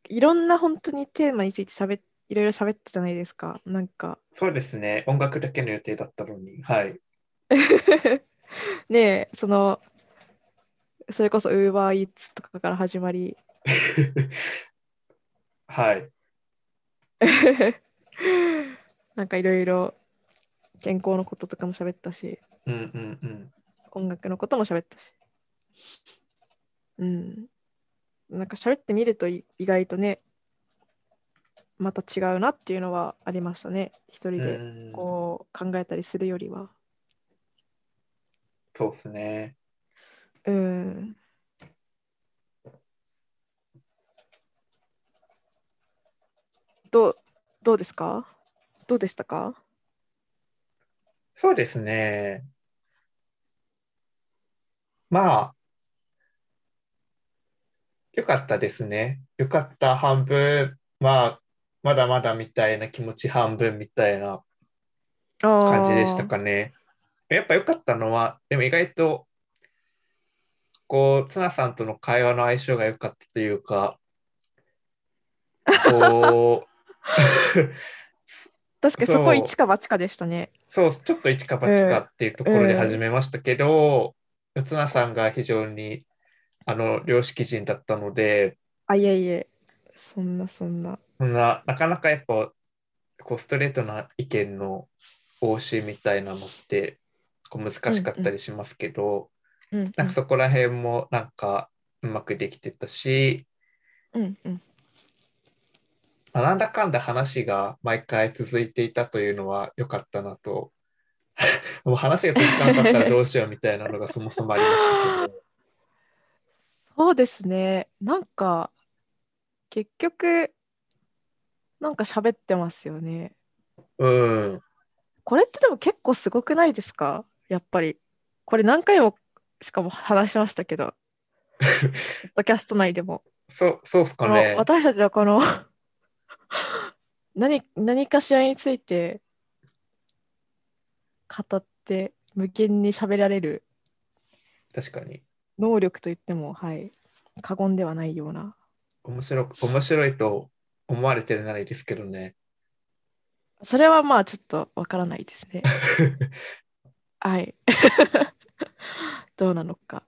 いろんな本当にテーマについて喋っいろいろ喋ったじゃないですか。なんか、
そうですね。音楽だけの予定だったのに。はい。
ねえその、それこそ UberEats とかから始まり、
はい。
なんかいろいろ健康のこととかも喋ったし、
うんうんうん。
音楽のことも喋ったし。うん。なんか喋ってみるとい意外とね、また違うなっていうのはありましたね。一人
う
で
ん
こう考えたりするよりは。
そうですね。
うん。どうどうですかどうでしたか
そうですね。まあ、よかったですね。よかった半分、まあ、まだまだみたいな気持ち半分みたいな
あー
感じでしたかね。やっぱ良かったのは、でも意外と、こう、ツナさんとの会話の相性が良かったというか、こう、
確かにそ
そ
こ
う
一か八かでしたね。
そう、ちょっと一か八かっていうところで始めましたけど、ツナさんが非常に、あの、良識人だったので、
あ、いえいえ、そんなそんな。
そんな、なかなかやっぱ、こう、ストレートな意見の応酬みたいなのって、こう、難しかったりしますけど、
うん、
なんかそこら辺もなんかうまくできてたし、
うん、うん。
まあなんだかんだ話が毎回続いていたというのは良かったなと。 もう話が続かなかったらどうしようみたいなのがそもそもありましたけど。
そうですね。なんか、結局、なんか喋ってますよね。
うん。
これってでも結構すごくないですかやっぱり。これ何回も、しかも話しましたけど、ポッドキャスト内でも。
そう、そうっすか
この
ね。
私たちはこの 何何かしらについて語って無限に喋られる
確かに。
能力といっても、はい、過言ではないような。
面白く、面白いと思われてるならいいですけどね。
それはまあちょっとわからないです ね。はい。 どうなのか。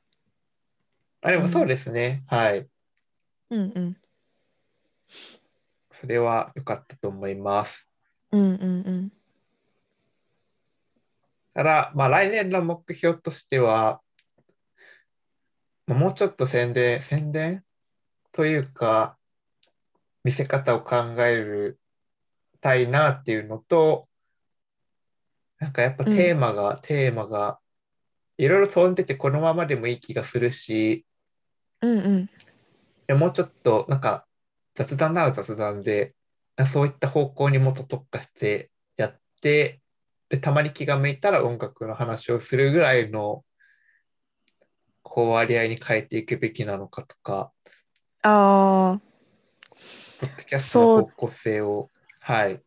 あ、でもそうですね。はい。
うんうん。
それは良かったと思います。
うんうん
ただ、まあ、来年の目標としては、まあもうちょっと宣伝、宣伝というか、見せ方を考えるたいなっていうのと、なんかやっぱテーマが、テーマが、いろいろ飛んでてこのままでもいい気がするし、
うん。うんうん。
でもうちょっとなんか雑談なら雑談で、なんかそういった方向にもっと特化してやって、で、たまに気が向いたら音楽の話をするぐらいの、こう割合に変えていくべきなのかとか、
あ
ポッドキャスト
そ
の
う
方向性を、はい。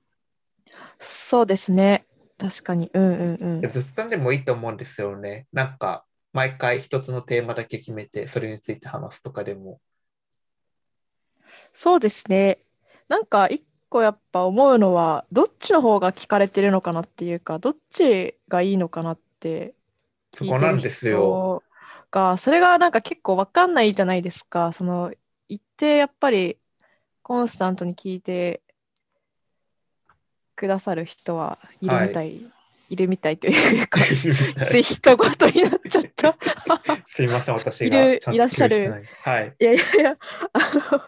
あ、そうですね。確かに。うんうんうん
でも。雑談でもいいと思うんですよね。なんか、毎回一つのテーマだけ決めて、それについて話すとかでも。
そうですね。なんか一個やっぱ思うのは、どっちの方が聞かれてるのかなっていうか、どっちがいいのかなって
そ
聞
こ
いて
なん
る
ですよ。
人が、それがなんか結構わかんないじゃないですか。その、一定やっぱりコンスタントに聞いてくださる人はいるみたい、い、るみたいという か、つい人ごとになっちゃった。
すいません、私
い
が
る
ちゃんと
いらっしゃる
共有してない。はい。
いやいやいや、 あの、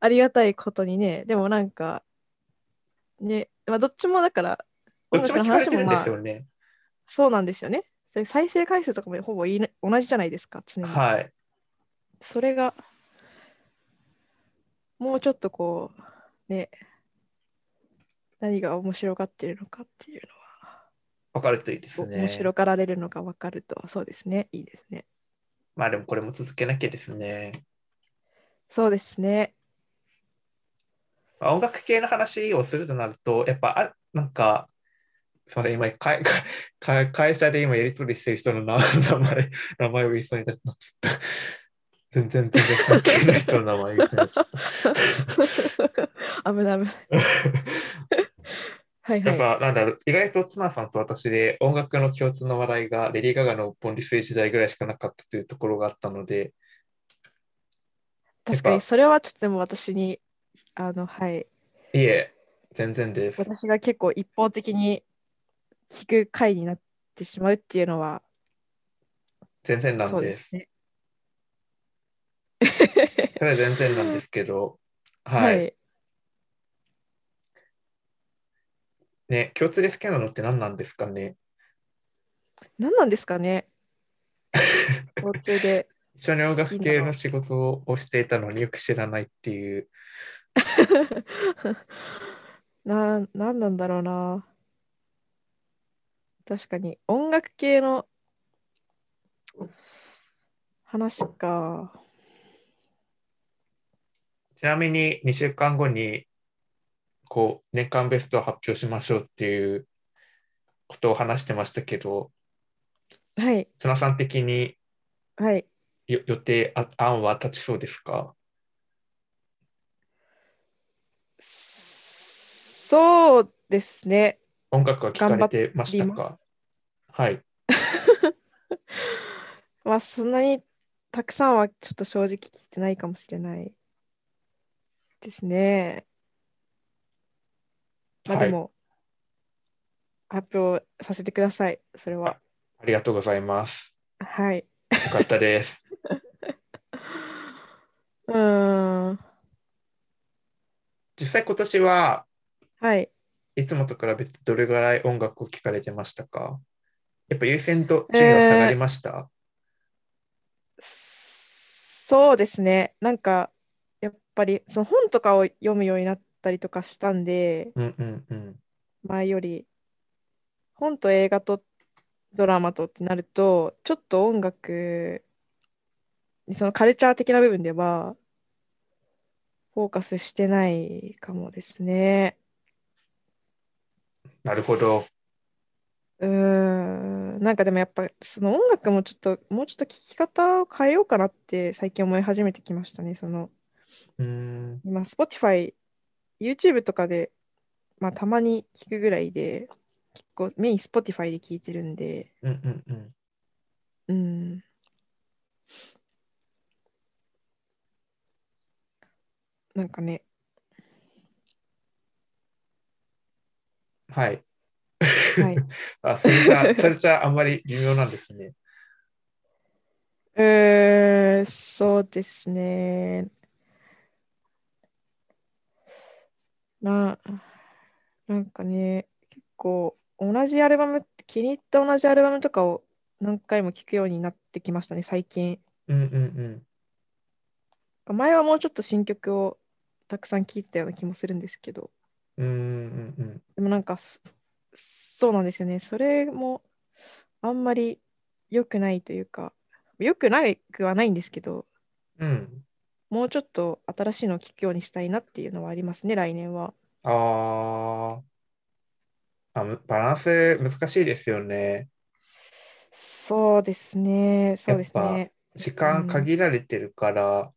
ありがたいことにね、でもなんか、ね、まあ、どっちもだから、
どっちも聞かれてるん
音楽の話もま
で
あ
すよね。
そうなんですよね。で再生回数とかもほぼいい同じじゃないですか、常に。
はい。
それが、もうちょっとこう、ね、何が面白がってるのかっていう
わかるといいです
のを、
ね。
面白がられるのが分かると、そうですね、いいですね。
まあでもこれも続けなきゃですね。
そうです ね。
まあ音楽系の話をするとなると、やっぱ、あなんか、すみません、今か か、会社で今やり取りしてる人の名名前、名前を言いそうになっちゃった。全然、全然関係ない人の名前言い そうになっちゃった。
危ない危 ない。はい
や
はい。
っぱ、なんだろう、意外とツナさんと私で音楽の共通の話題がレディー・ガガのボンリス時代ぐらいしかなかったというところがあったので、
確かに、それはちょっとでも私に、あの、はい、
いえ、全然です。
私が結構一方的に聞く回になってしまうっていうのは、
全然な
そ
ん
う
で。
ですすね。
それは全然なんですけど、
は
はい。
い。
ね、共通で好きなのって何なんですかね
何なんですかね共通で。
一緒に音楽系の仕事をしていたのによく知らないっていう。
な、何なんだろうな。確かに、音楽系の話か。
ちなみに2週間後に、こう、年間ベストを発表しましょうっていうことを話してましたけど、
はい、
綱さん的に
はい。
よ予定あ案は立ちそうですか
そうですね。
音楽は聞かれてました
頑張り
かはい。
まあ、そんなにたくさんはちょっと正直聞いてないかもしれないですね。まあ、
は
で
い。
も、発表させてください。それは。
ありがとうございます。
はい。
よかったです。
うーん。
実際今年は
はい。
いつもと比べてどれぐらい音楽を聴かれてましたかやっぱ優先度順位は下がりました、
そうですね。なんか、やっぱり、その本とかを読むようになったりとかしたんで、
うんうんうん。
前より、本と映画とドラマとってなると、ちょっと音楽に、そのカルチャー的な部分では、フォーカスしてないかもですね。
なるほど。
うーん、なんかでもやっぱ、その音楽もちょっと、もうちょっと聴き方を変えようかなって最近思い始めてきましたね。その、
うーん。
今、Spotify、YouTube とかで、まあ、たまに聞くぐらいで、結構メイン Spotify で聞いてるんで、
うんうんう
う
ん。
ん。なんかね、
はい。
はい。
あ、それじゃ、それじゃあんまり微妙なんですね。
うーん、そうですね。な、なんかね、結構、同じアルバム、気に入った同じアルバムとかを何回も聞くようになってきましたね、最近。
うんうんうん。
前はもうちょっと新曲をたくさん聴いてたような気もするんですけど、
うんうんうん。
でもなんかそ、そうなんですよね。それもあんまり良くないというか、良くないくはないんですけど、
うん。
もうちょっと新しいのを聴くようにしたいなっていうのはありますね、来年は。
あーあ、むバランス難しいですよね。
そうですね、そうですね。
時間限られてるから、わ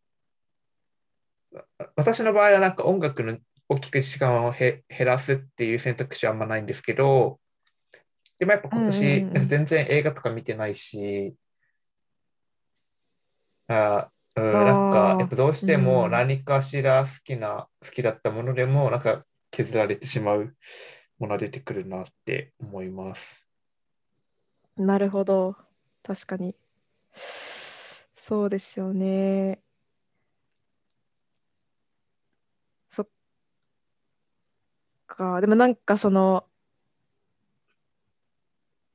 私の場合はなんか音楽の大きく時間をへ減らすっていう選択肢はあんまないんですけど、でもやっぱ今
う
年
んうんうん
全然映画とか見てないし、あーうん
あー
なんかやっぱどうして
う
も
ん
何かしら好きな、好きだったものでもなんか削られてしまうものが出てくるなって思います。
なるほど、確かに。そうですよね。そっか、でもなんかその、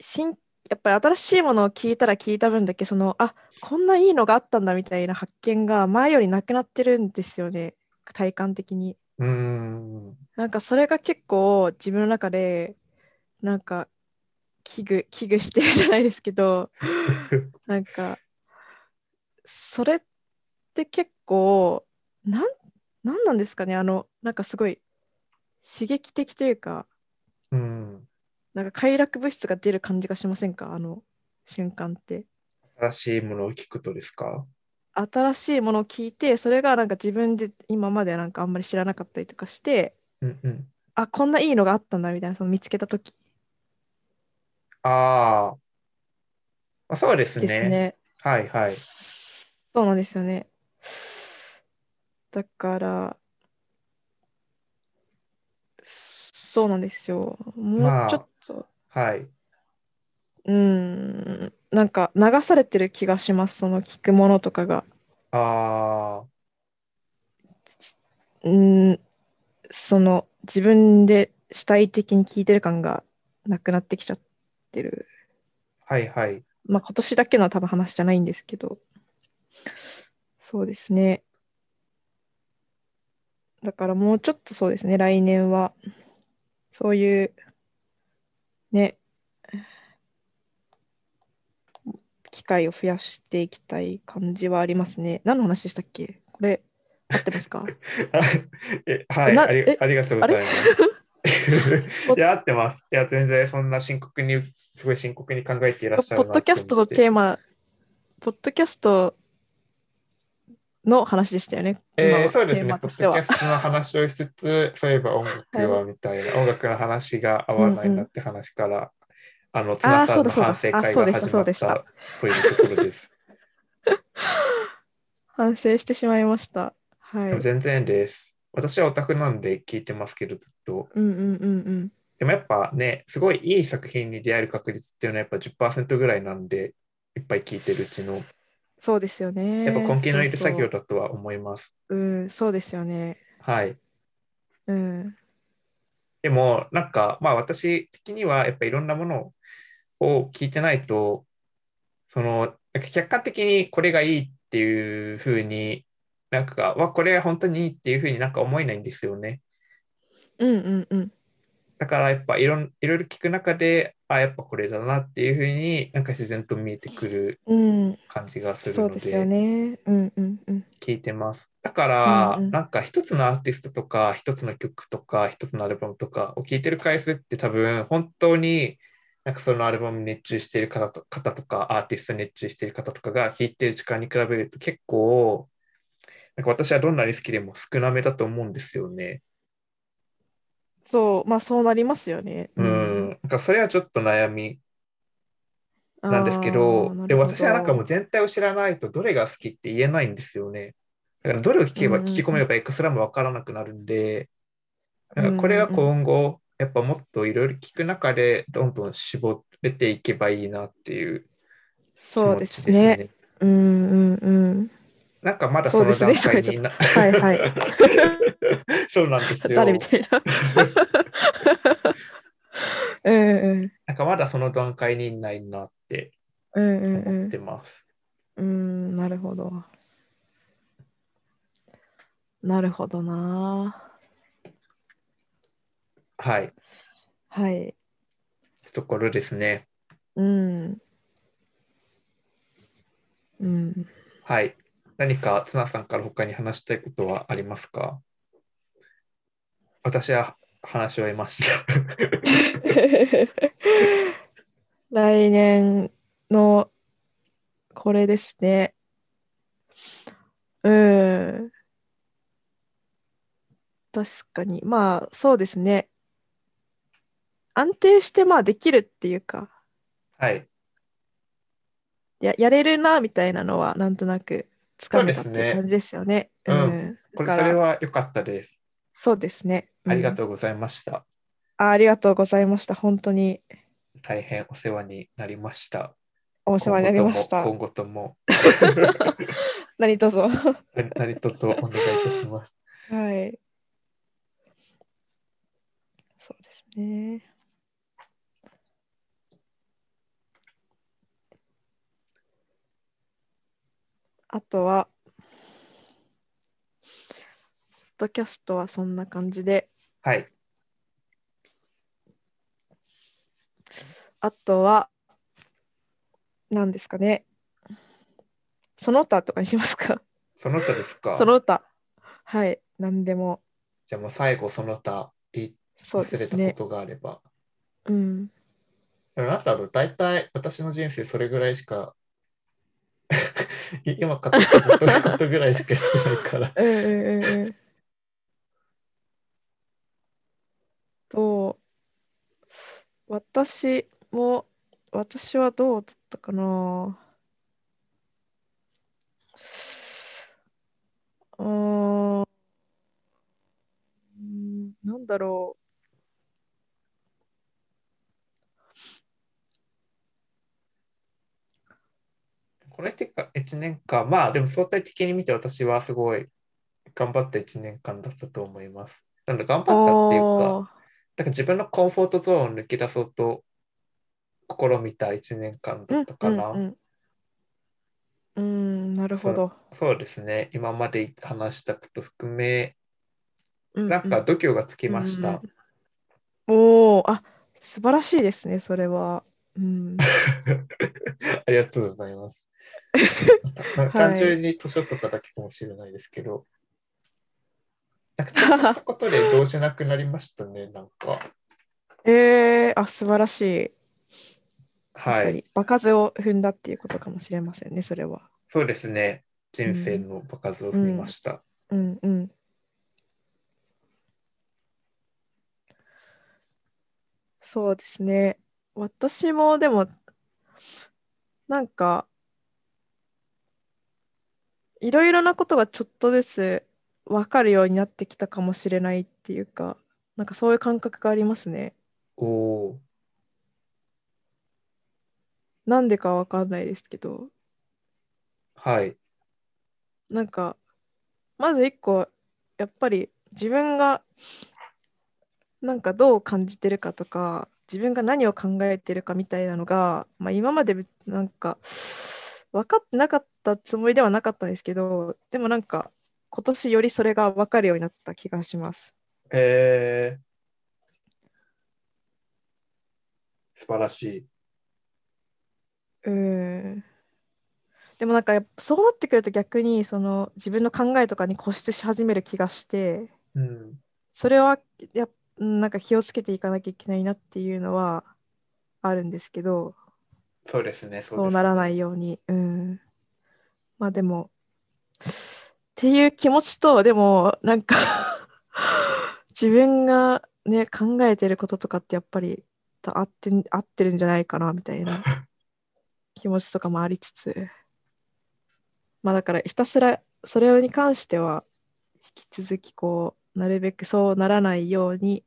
新やっぱり新しいものを聞いたら聞いた分だけそのあこんないいのがあったんだみたいな発見が前よりなくなってるんですよね体感的に
うーん、
なんかそれが結構自分の中でなんか危惧危惧してるじゃないですけどなんかそれって結構なんなんなんですかねあのなんかすごい刺激的というか
うん、
なんか快楽物質が出る感じがしませんかあの瞬間って
新しいものを聞くとですか
新しいものを聞いてそれがなんか自分で今までなんかあんまり知らなかったりとかして
うんうん。
あこんないいのがあったんだみたいなその見つけた時
あーあ、そうです
です
ね。
ね
はいはい。
そうなんですよね。だから、そうなんですよ。も
ま
う
あ
ちょっと、
はい。
うん、なんか流されてる気がします、その聞くものとかが。
ああ、
うん、その自分で主体的に聞いてる感がなくなってきちゃってる。
はいはい。
まあ今年だけの多分話じゃないんですけど、そうですね。だからもうちょっとそうですね、来年は、そういう、ね、機会を増やしていきたい感じはありますね。何の話でしたっけこれ、合ってます か
えはい
な
あり
え、
ありがとうござい ます。いや、合ってます。いや、全然そんな深刻に、すごい深刻に考えていらっしゃ
ポ
る
ッ
な
ド
って
キャ
思っ
ストの
て
テーマ、ポッドキャストの話でしたよね。今
えー
は
そうです
テー
ね、
マと
ポッ
して
ドキ
は
ャ。ストの話をしつつ、そういえば音楽はみたいな、音楽の話が合わないなって話から、あの、ツナさんの反省会が始まったというところです。
反省してしまいました。はい。
でも
うん
全然です。私はオタクなんで聞いてますけど、ずっと。
うんうん
でもやっぱね、すごいいい作品に出会える確率っていうのはやっぱ10%ぐらいなんで、いっぱい聞いてるうちの、
そうですよね。
やっぱ根気のいる
そうそう
作業だとは思います。
うん、そうですよね。
はい。
うん。
でも、なんか、まあ私的には、やっぱいろんなものを聞いてないと、その、なんか客観的にこれがいいっていうふうに、なんか、わ、これは本当にいいっていうふうになんか思えないんですよね。
うんうんうん。
だからやっぱいろんいろいろ聞く中で、あ、やっぱこれだなっていうふうになんか自然と見えてくる
うん、
感じがする
そう
の
で
です
よね。うんうんうん。
聞いてます。だから、
うんうん
なんか一つのアーティストとか一つの曲とか一つのアルバムとかを聞いてる回数って多分本当になんかそのアルバムに熱中してる方と方とかアーティストに熱中してる方とかが聞いてる時間に比べると結構なんか私はどんなに好きでも少なめだと思うんですよね。
そう、まあそうなりますよね。
うん、なんかそれはちょっと悩み
あー
なんですけど、
なるほ
で私はなんかもう全体を知らないとどれが好きって言えないんですよね。だからどれを聞け
う
ば
んうんうん
聞き込めばいいかすらもわからなくなるんで、なんかこれは
うん
今後やっぱもっといろいろ聞く中でどんどん絞れていけばいいなっていう気
そう
持
で
ちですす
ね。
ね。
うんうんうん。
なんかまだその
そうで
段
すね
階にな、
はいはい。
そうなんですよ。
誰みたいな。 うんうん
なんかまだその段階にないなって
うんうん
思
う
っ
ん
て。ます。
うん、なるほど。なるほどな。
はい、
はい。
ところですね。
うん。うん。
はい。何かツナさんから他に話したいことはありますか私は話を得ました。
来年のこれですね。うん。確かに。まあ、そうですね。安定してまあできるっていうか、
はい。
ややれるなみたいなのはなんとなくつかめたって
そうです
いう
ね
感じですよね。
うん
ん。
これ、
だ
そ
から
れは良かったです。
そうですね。
ありが
うん
とうございました。
あ。ありがとうございました。本当に
大変お世話になりました。
お
お
世話になりました。
今後とも、
何卒 は
今後とも何卒お願いいたします。
い。そうですね。あとは、ポッドキャストはそんな感じで、
はい。
あとは、何ですかね。その他とかにしますか。
その他ですか
その他。はい、何でも。
じゃあもう最後その他言い
そう
忘
で
れ
す
たこ
ね。
とがあれば。
うん。
でもなんだろう、大体私の人生それぐらいしか 今語ったこと ことぐらいしかやってないから。
うんうんうんうん。と、私も、私はどうだったかな。うーん、なんだろ
これってか1年間、まあでも相対的に見て私はすごい頑張った1年間だったと思います。なんだ頑
う。
張ったっていうか、
あー
だから自分のコンフォートゾーンを抜け出そうと試みた1年間だったかな。
うんうんうん、うんなるほど。
そうですね、今まで話したこと含め、
う
なんか度胸がつきました。
うんおお、あ、素晴らしいですね、それは。 うん。
ありが とうございます。単純に年を取っただけかもしれないですけど、なんかちょっとしたことでどうしなくなりましたね、なんか。
えー、あ、素晴らしい。確
は
か
い
に。。場数を踏んだっていうことかもしれませんね、それは。
そうですね。人生の場数を踏みました。
うんうん。そうですね。私もでも、なんか、いろいろなことがちょっとずつ分かるようになってきたかもしれないっていうか、なんかそういう感覚がありますね。
おお
なんでかわかんないですけど、
ーはい。
なんか、まず一個、やっぱり自分がなんかどう感じてるかとか、自分が何を考えてるかみたいなのが、まあ、今までぶなんか分かってなかったつもりではなかったんですけど、でもなんか今年よりそれが分かるようになった気がします。
えー、素晴らしい。
うーん。でもなんかやっぱそうなってくると逆にその自分の考えとかに固執し始める気がして、
うん。
それはやっうんなんか気をつけていかなきゃいけないなっていうのはあるんですけど
そうですね。。
そうならないいようにうんまあでもっていう気持ちとでもなんか 自分がね考えてることとかってやっぱりと合ってん合ってるんじゃないかなみたいな 気持ちとかもありつつまあだからひたすらそれに関しては引き続きこうなるべくそうならないように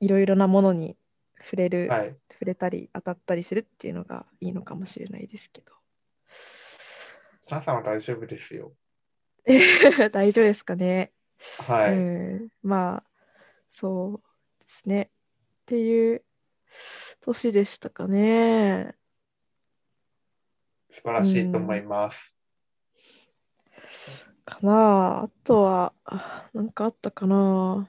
いろいろなものに触れる、
はい。
触れたり当たったりするっていうのがいいのかもしれないですけど。
さんさんは大丈夫ですよ。
大丈夫ですかね。
はい。
うん、まあそうですね。っていう年でしたかね。
素晴らしいと思います。
かなああとは何かあったかな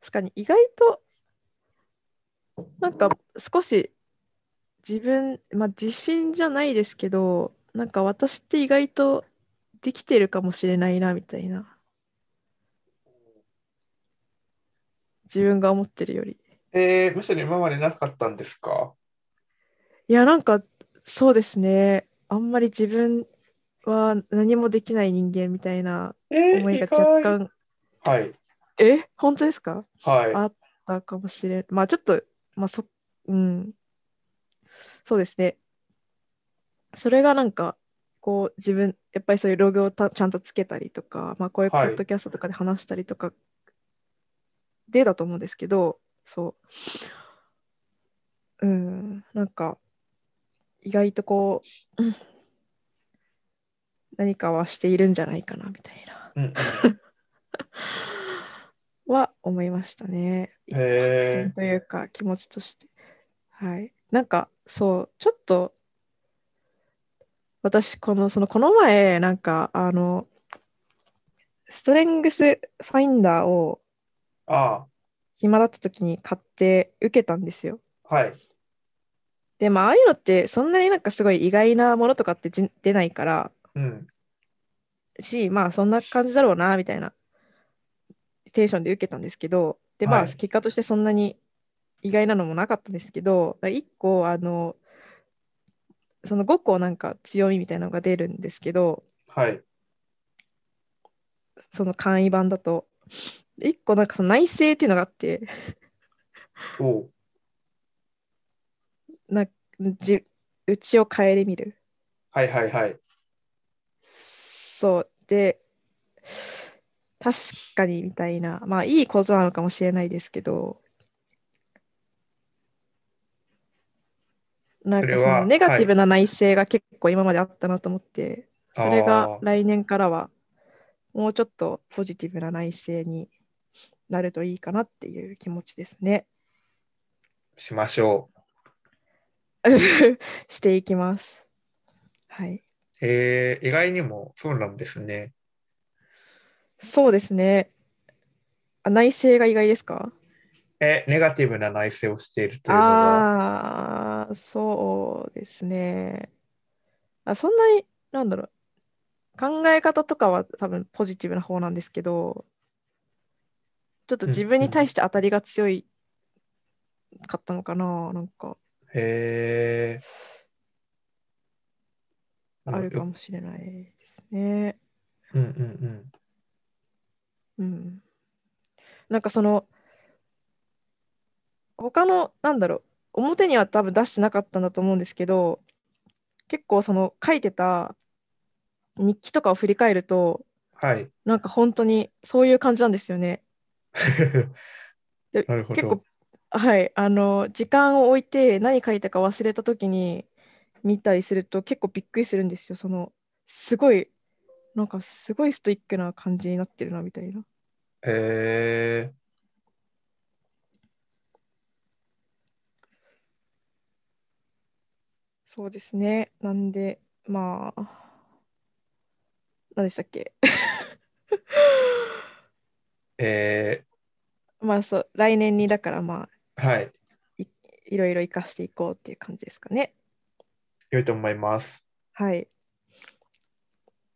確かに意外となんか少し自分まあ自信じゃないですけどなんか私って意外とできてるかもしれないなみたいな自分が思ってるより
えー、むしろ今までなかったんですか
いや、なんか、そうですね。あんまり自分は何もできない人間みたいな
えー、
思いが
意外
若干、
はい。
え、本当ですか
はい。
あったかもしれん。まあ、ちょっと、まあ、そ、うん。そうですね。それがなんか、こう、自分、やっぱりそういうログをたちゃんとつけたりとか、まあ、こういうポ
はい
ッドキャストとかで話したりとかでだと思うんですけど、そう。うん、なんか、意外とこう、うん何かはしているんじゃないかな、みたいな、
うんうん、
は思いましたね。
え
というか気持ちとして。はい。なんかそう、ちょっと私、この、その、この前、なんか、あの、ストレングスファインダーを
ー、あ
暇だった時に買って受けたんですよ。
あ、はい。
で、まあ、ああいうのって、そんなになんかすごい意外なものとかってじ出ないから、
うん。
し、まあ、そんな感じだろうな、みたいなテンションで受けたんですけど、で、まあ、
はい
結果としてそんなに意外なのもなかったんですけど、1個、あの、その5個なんか強みみたいなのが出るんですけど、
はい。
その簡易版だと。1個なんかその内政っていうのがあって、
おう。
なじうちを顧みる。
はいはいはい。
そう。で、確かにみたいな、まあいいことなのかもしれないですけど、なんか
そ
そ
れは
のネガティブな内政が結構今まであったなと思って、
あ
それが
ー
来年からはもうちょっとポジティブな内政になるといいかなっていう気持ちですね。
しましょう。
していきます。はい。
えー、意外にもそうなんですね。
そうですね。あ内政が意外ですか
え、ネガティブな内省をしているというのは、
ああー、そうですね。あ、そんなに、なんだろう、考え方とかは多分ポジティブな方なんですけど、ちょっと自分に対して当たりが強いかったのかな、なんか
へえ。
あるかもしれないですね。
うんうんうん。
うん。なんかその、他の、なんだろう、表には多分出してなかったんだと思うんですけど、結構その書いてた日記とかを振り返ると、
はい。
なんか本当にそういう感じなんですよね。 で
なるほ
結
ど
構。、はい、あの、時間を置いて何書いたか忘れた時に見たりすると結構びっくりするんですよ。その、すごい、なんかすごいストイックな感じになってるなみたいな。
へえ。
そうですね。なんで、まあ、何でしたっけ。
え
まあそう、来年にだからまあ、
ー、はい。
いろいろ活かしていこうっていう感じですかね。
良いと思います。
はい。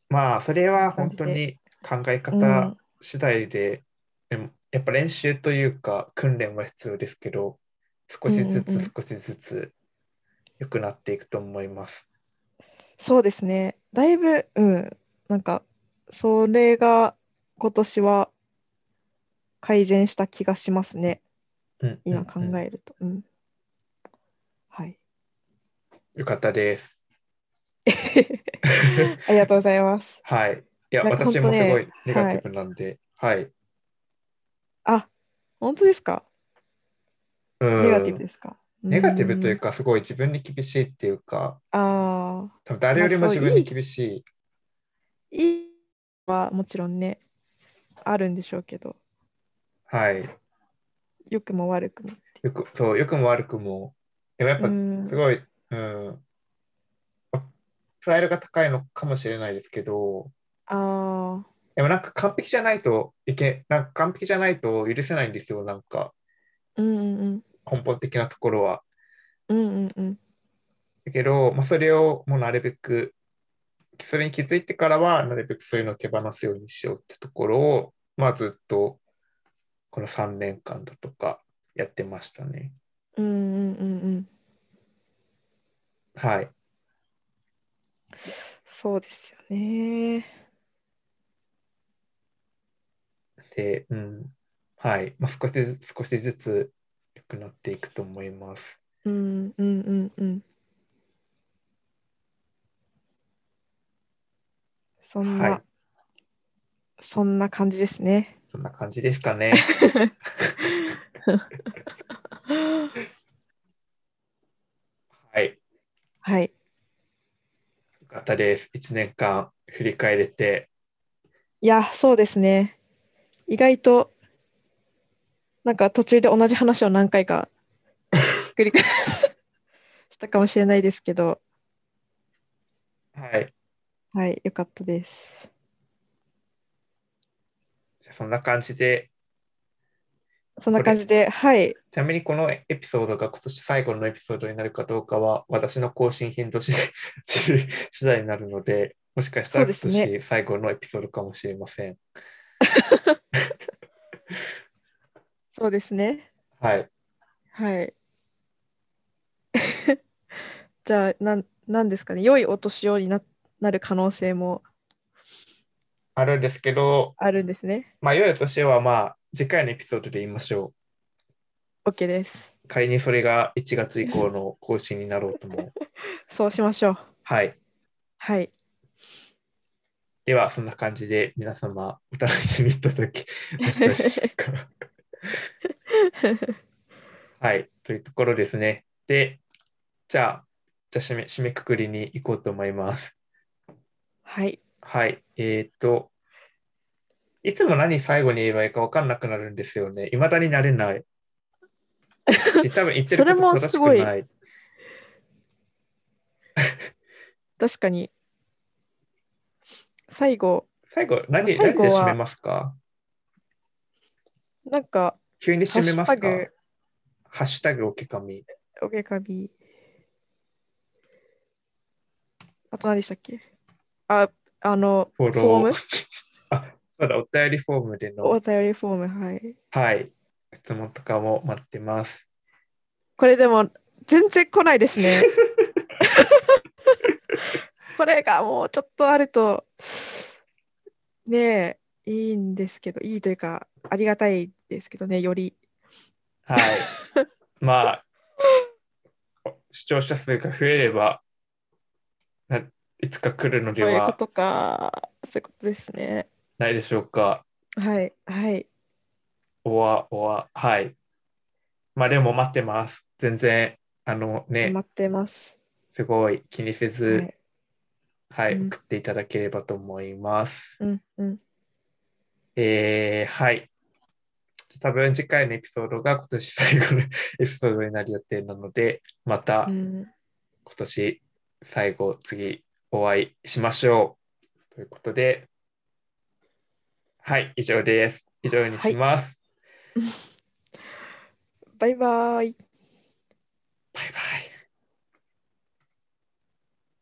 まあ、それは本当に考え
うん
方次第で、でもやっぱ練習というか訓練は必要ですけど、少しず
うん
つ
うんうん
少しずつ良くなっていくと思います。
そうですね。だいぶ、うん、なんか、それが今年は改善した気がしますね。
うんうん
今考
うん
えると。うん。はい。
よかったです。
ありがとうございます。
はい。いや、
なんか
私もすご
本当
い
ね
ネガティブなんで、はい。
あ、本当ですか
うん
ネガティブですか
ネガティブという
か。
か、すごい自分に厳しいっていうか、
ああ。
多分誰よりも
まあそう
自分に厳しい。
いいはもちろんね、あるんでしょうけど、
はい。
良くも悪くも。
よく、そう、良くも悪くも。でもやっぱ
う、ん
すごい、うん。プライドが高いのかもしれないですけど、
あ
でもなんか完璧じゃないといけ、なんか完璧じゃないと許せないんですよ、なん
あ、
か
うんうん
根本的なところは。
うん。うんうんうん。
だけど、まあ、それをもうなるべく、それに気づいてからは、なるべくそういうのを手放すようにしようってところを、まあ、ずっと、この3年間だとかやってましたね。
うんうんうんうん。
はい。
そうですよね。
で、うん。はい。まあ、少しずつ、少しずつ良くなっていくと思います。
うんうんうんうん。そんな、
はい
そんな感じですね。
そんな感じですかね。はい。
はい。
よかったです。1年間振り返れて。
いや、そうですね。意外と、なんか途中で同じ話を何回 か繰り返したかもしれないですけど、
はい。
はい、よかったです。
じゃあそんな感じで、
そんな感じで、はい、
ちなみにこのエピソードが今年最後のエピソードになるかどうかは、私の更新頻度次第次第になるので、もしかしたら今
そうですね
年最後のエピソードかもしれません。
そうですね。
はい。
はい。 じゃあ、なん、なんですかね、良いお年をにな、なる可能性も
あるんですけど、
あるんですね。
まあ、良いお年はまあ、次回のエピソードで言いましょ
OK です。
う。仮にそれが1月以降の更新になろうとも。
そうしましょう。
はい。
はい。
では、そんな感じで皆様、お楽しみいただきましたでしょうか。はい、というところですね。で、じゃあ、じゃあ締め締めくくりに行こうと思います。
はい。
はい、えっ、と、いつも何最後に言えばいいか分かんなくなるんですよね。いまだにな れない。多分言ってること正し
それもす
く
ごい
ない。
確かに。最後、
最後、何
最
何
後は
で締めますか
なんか、
急に締めま
ハッ
すか
シュタグ
ハッシュタグおけかみ。
おげかび。あと何でしたっけあ、あの、
フォ
フォー
ロ
ム
ー。 あ、そうだ、お便りフォームでの
お、便りフォーム、はい。
はい、質問とかも待ってます。
これでも、全然来ないです ね。これがもうちょっとあると、ねえ、いいんですけど、いいというか、ありがたいですけどね、より。
はい。 まあ、視聴者数が増えれば、ないつか来るので
そういうこ
は
とか、そういうことですね。
ないでしょうか。
はい、はい。
おわ、おわ、はい。まあでも待ってます。全然、あのね、
待ってます。
すごい気にせ
は
ず、
い、
はい、
うん
送っていただければと思います。
うん、うん。
えー、はい。多分次回のエピソードが今年最後の エピソードになる予定なので、また
うん、
今年最後、次お会いしましょう。ということで、はい、以上です。以上にします。
バイバイ。
バイバイ。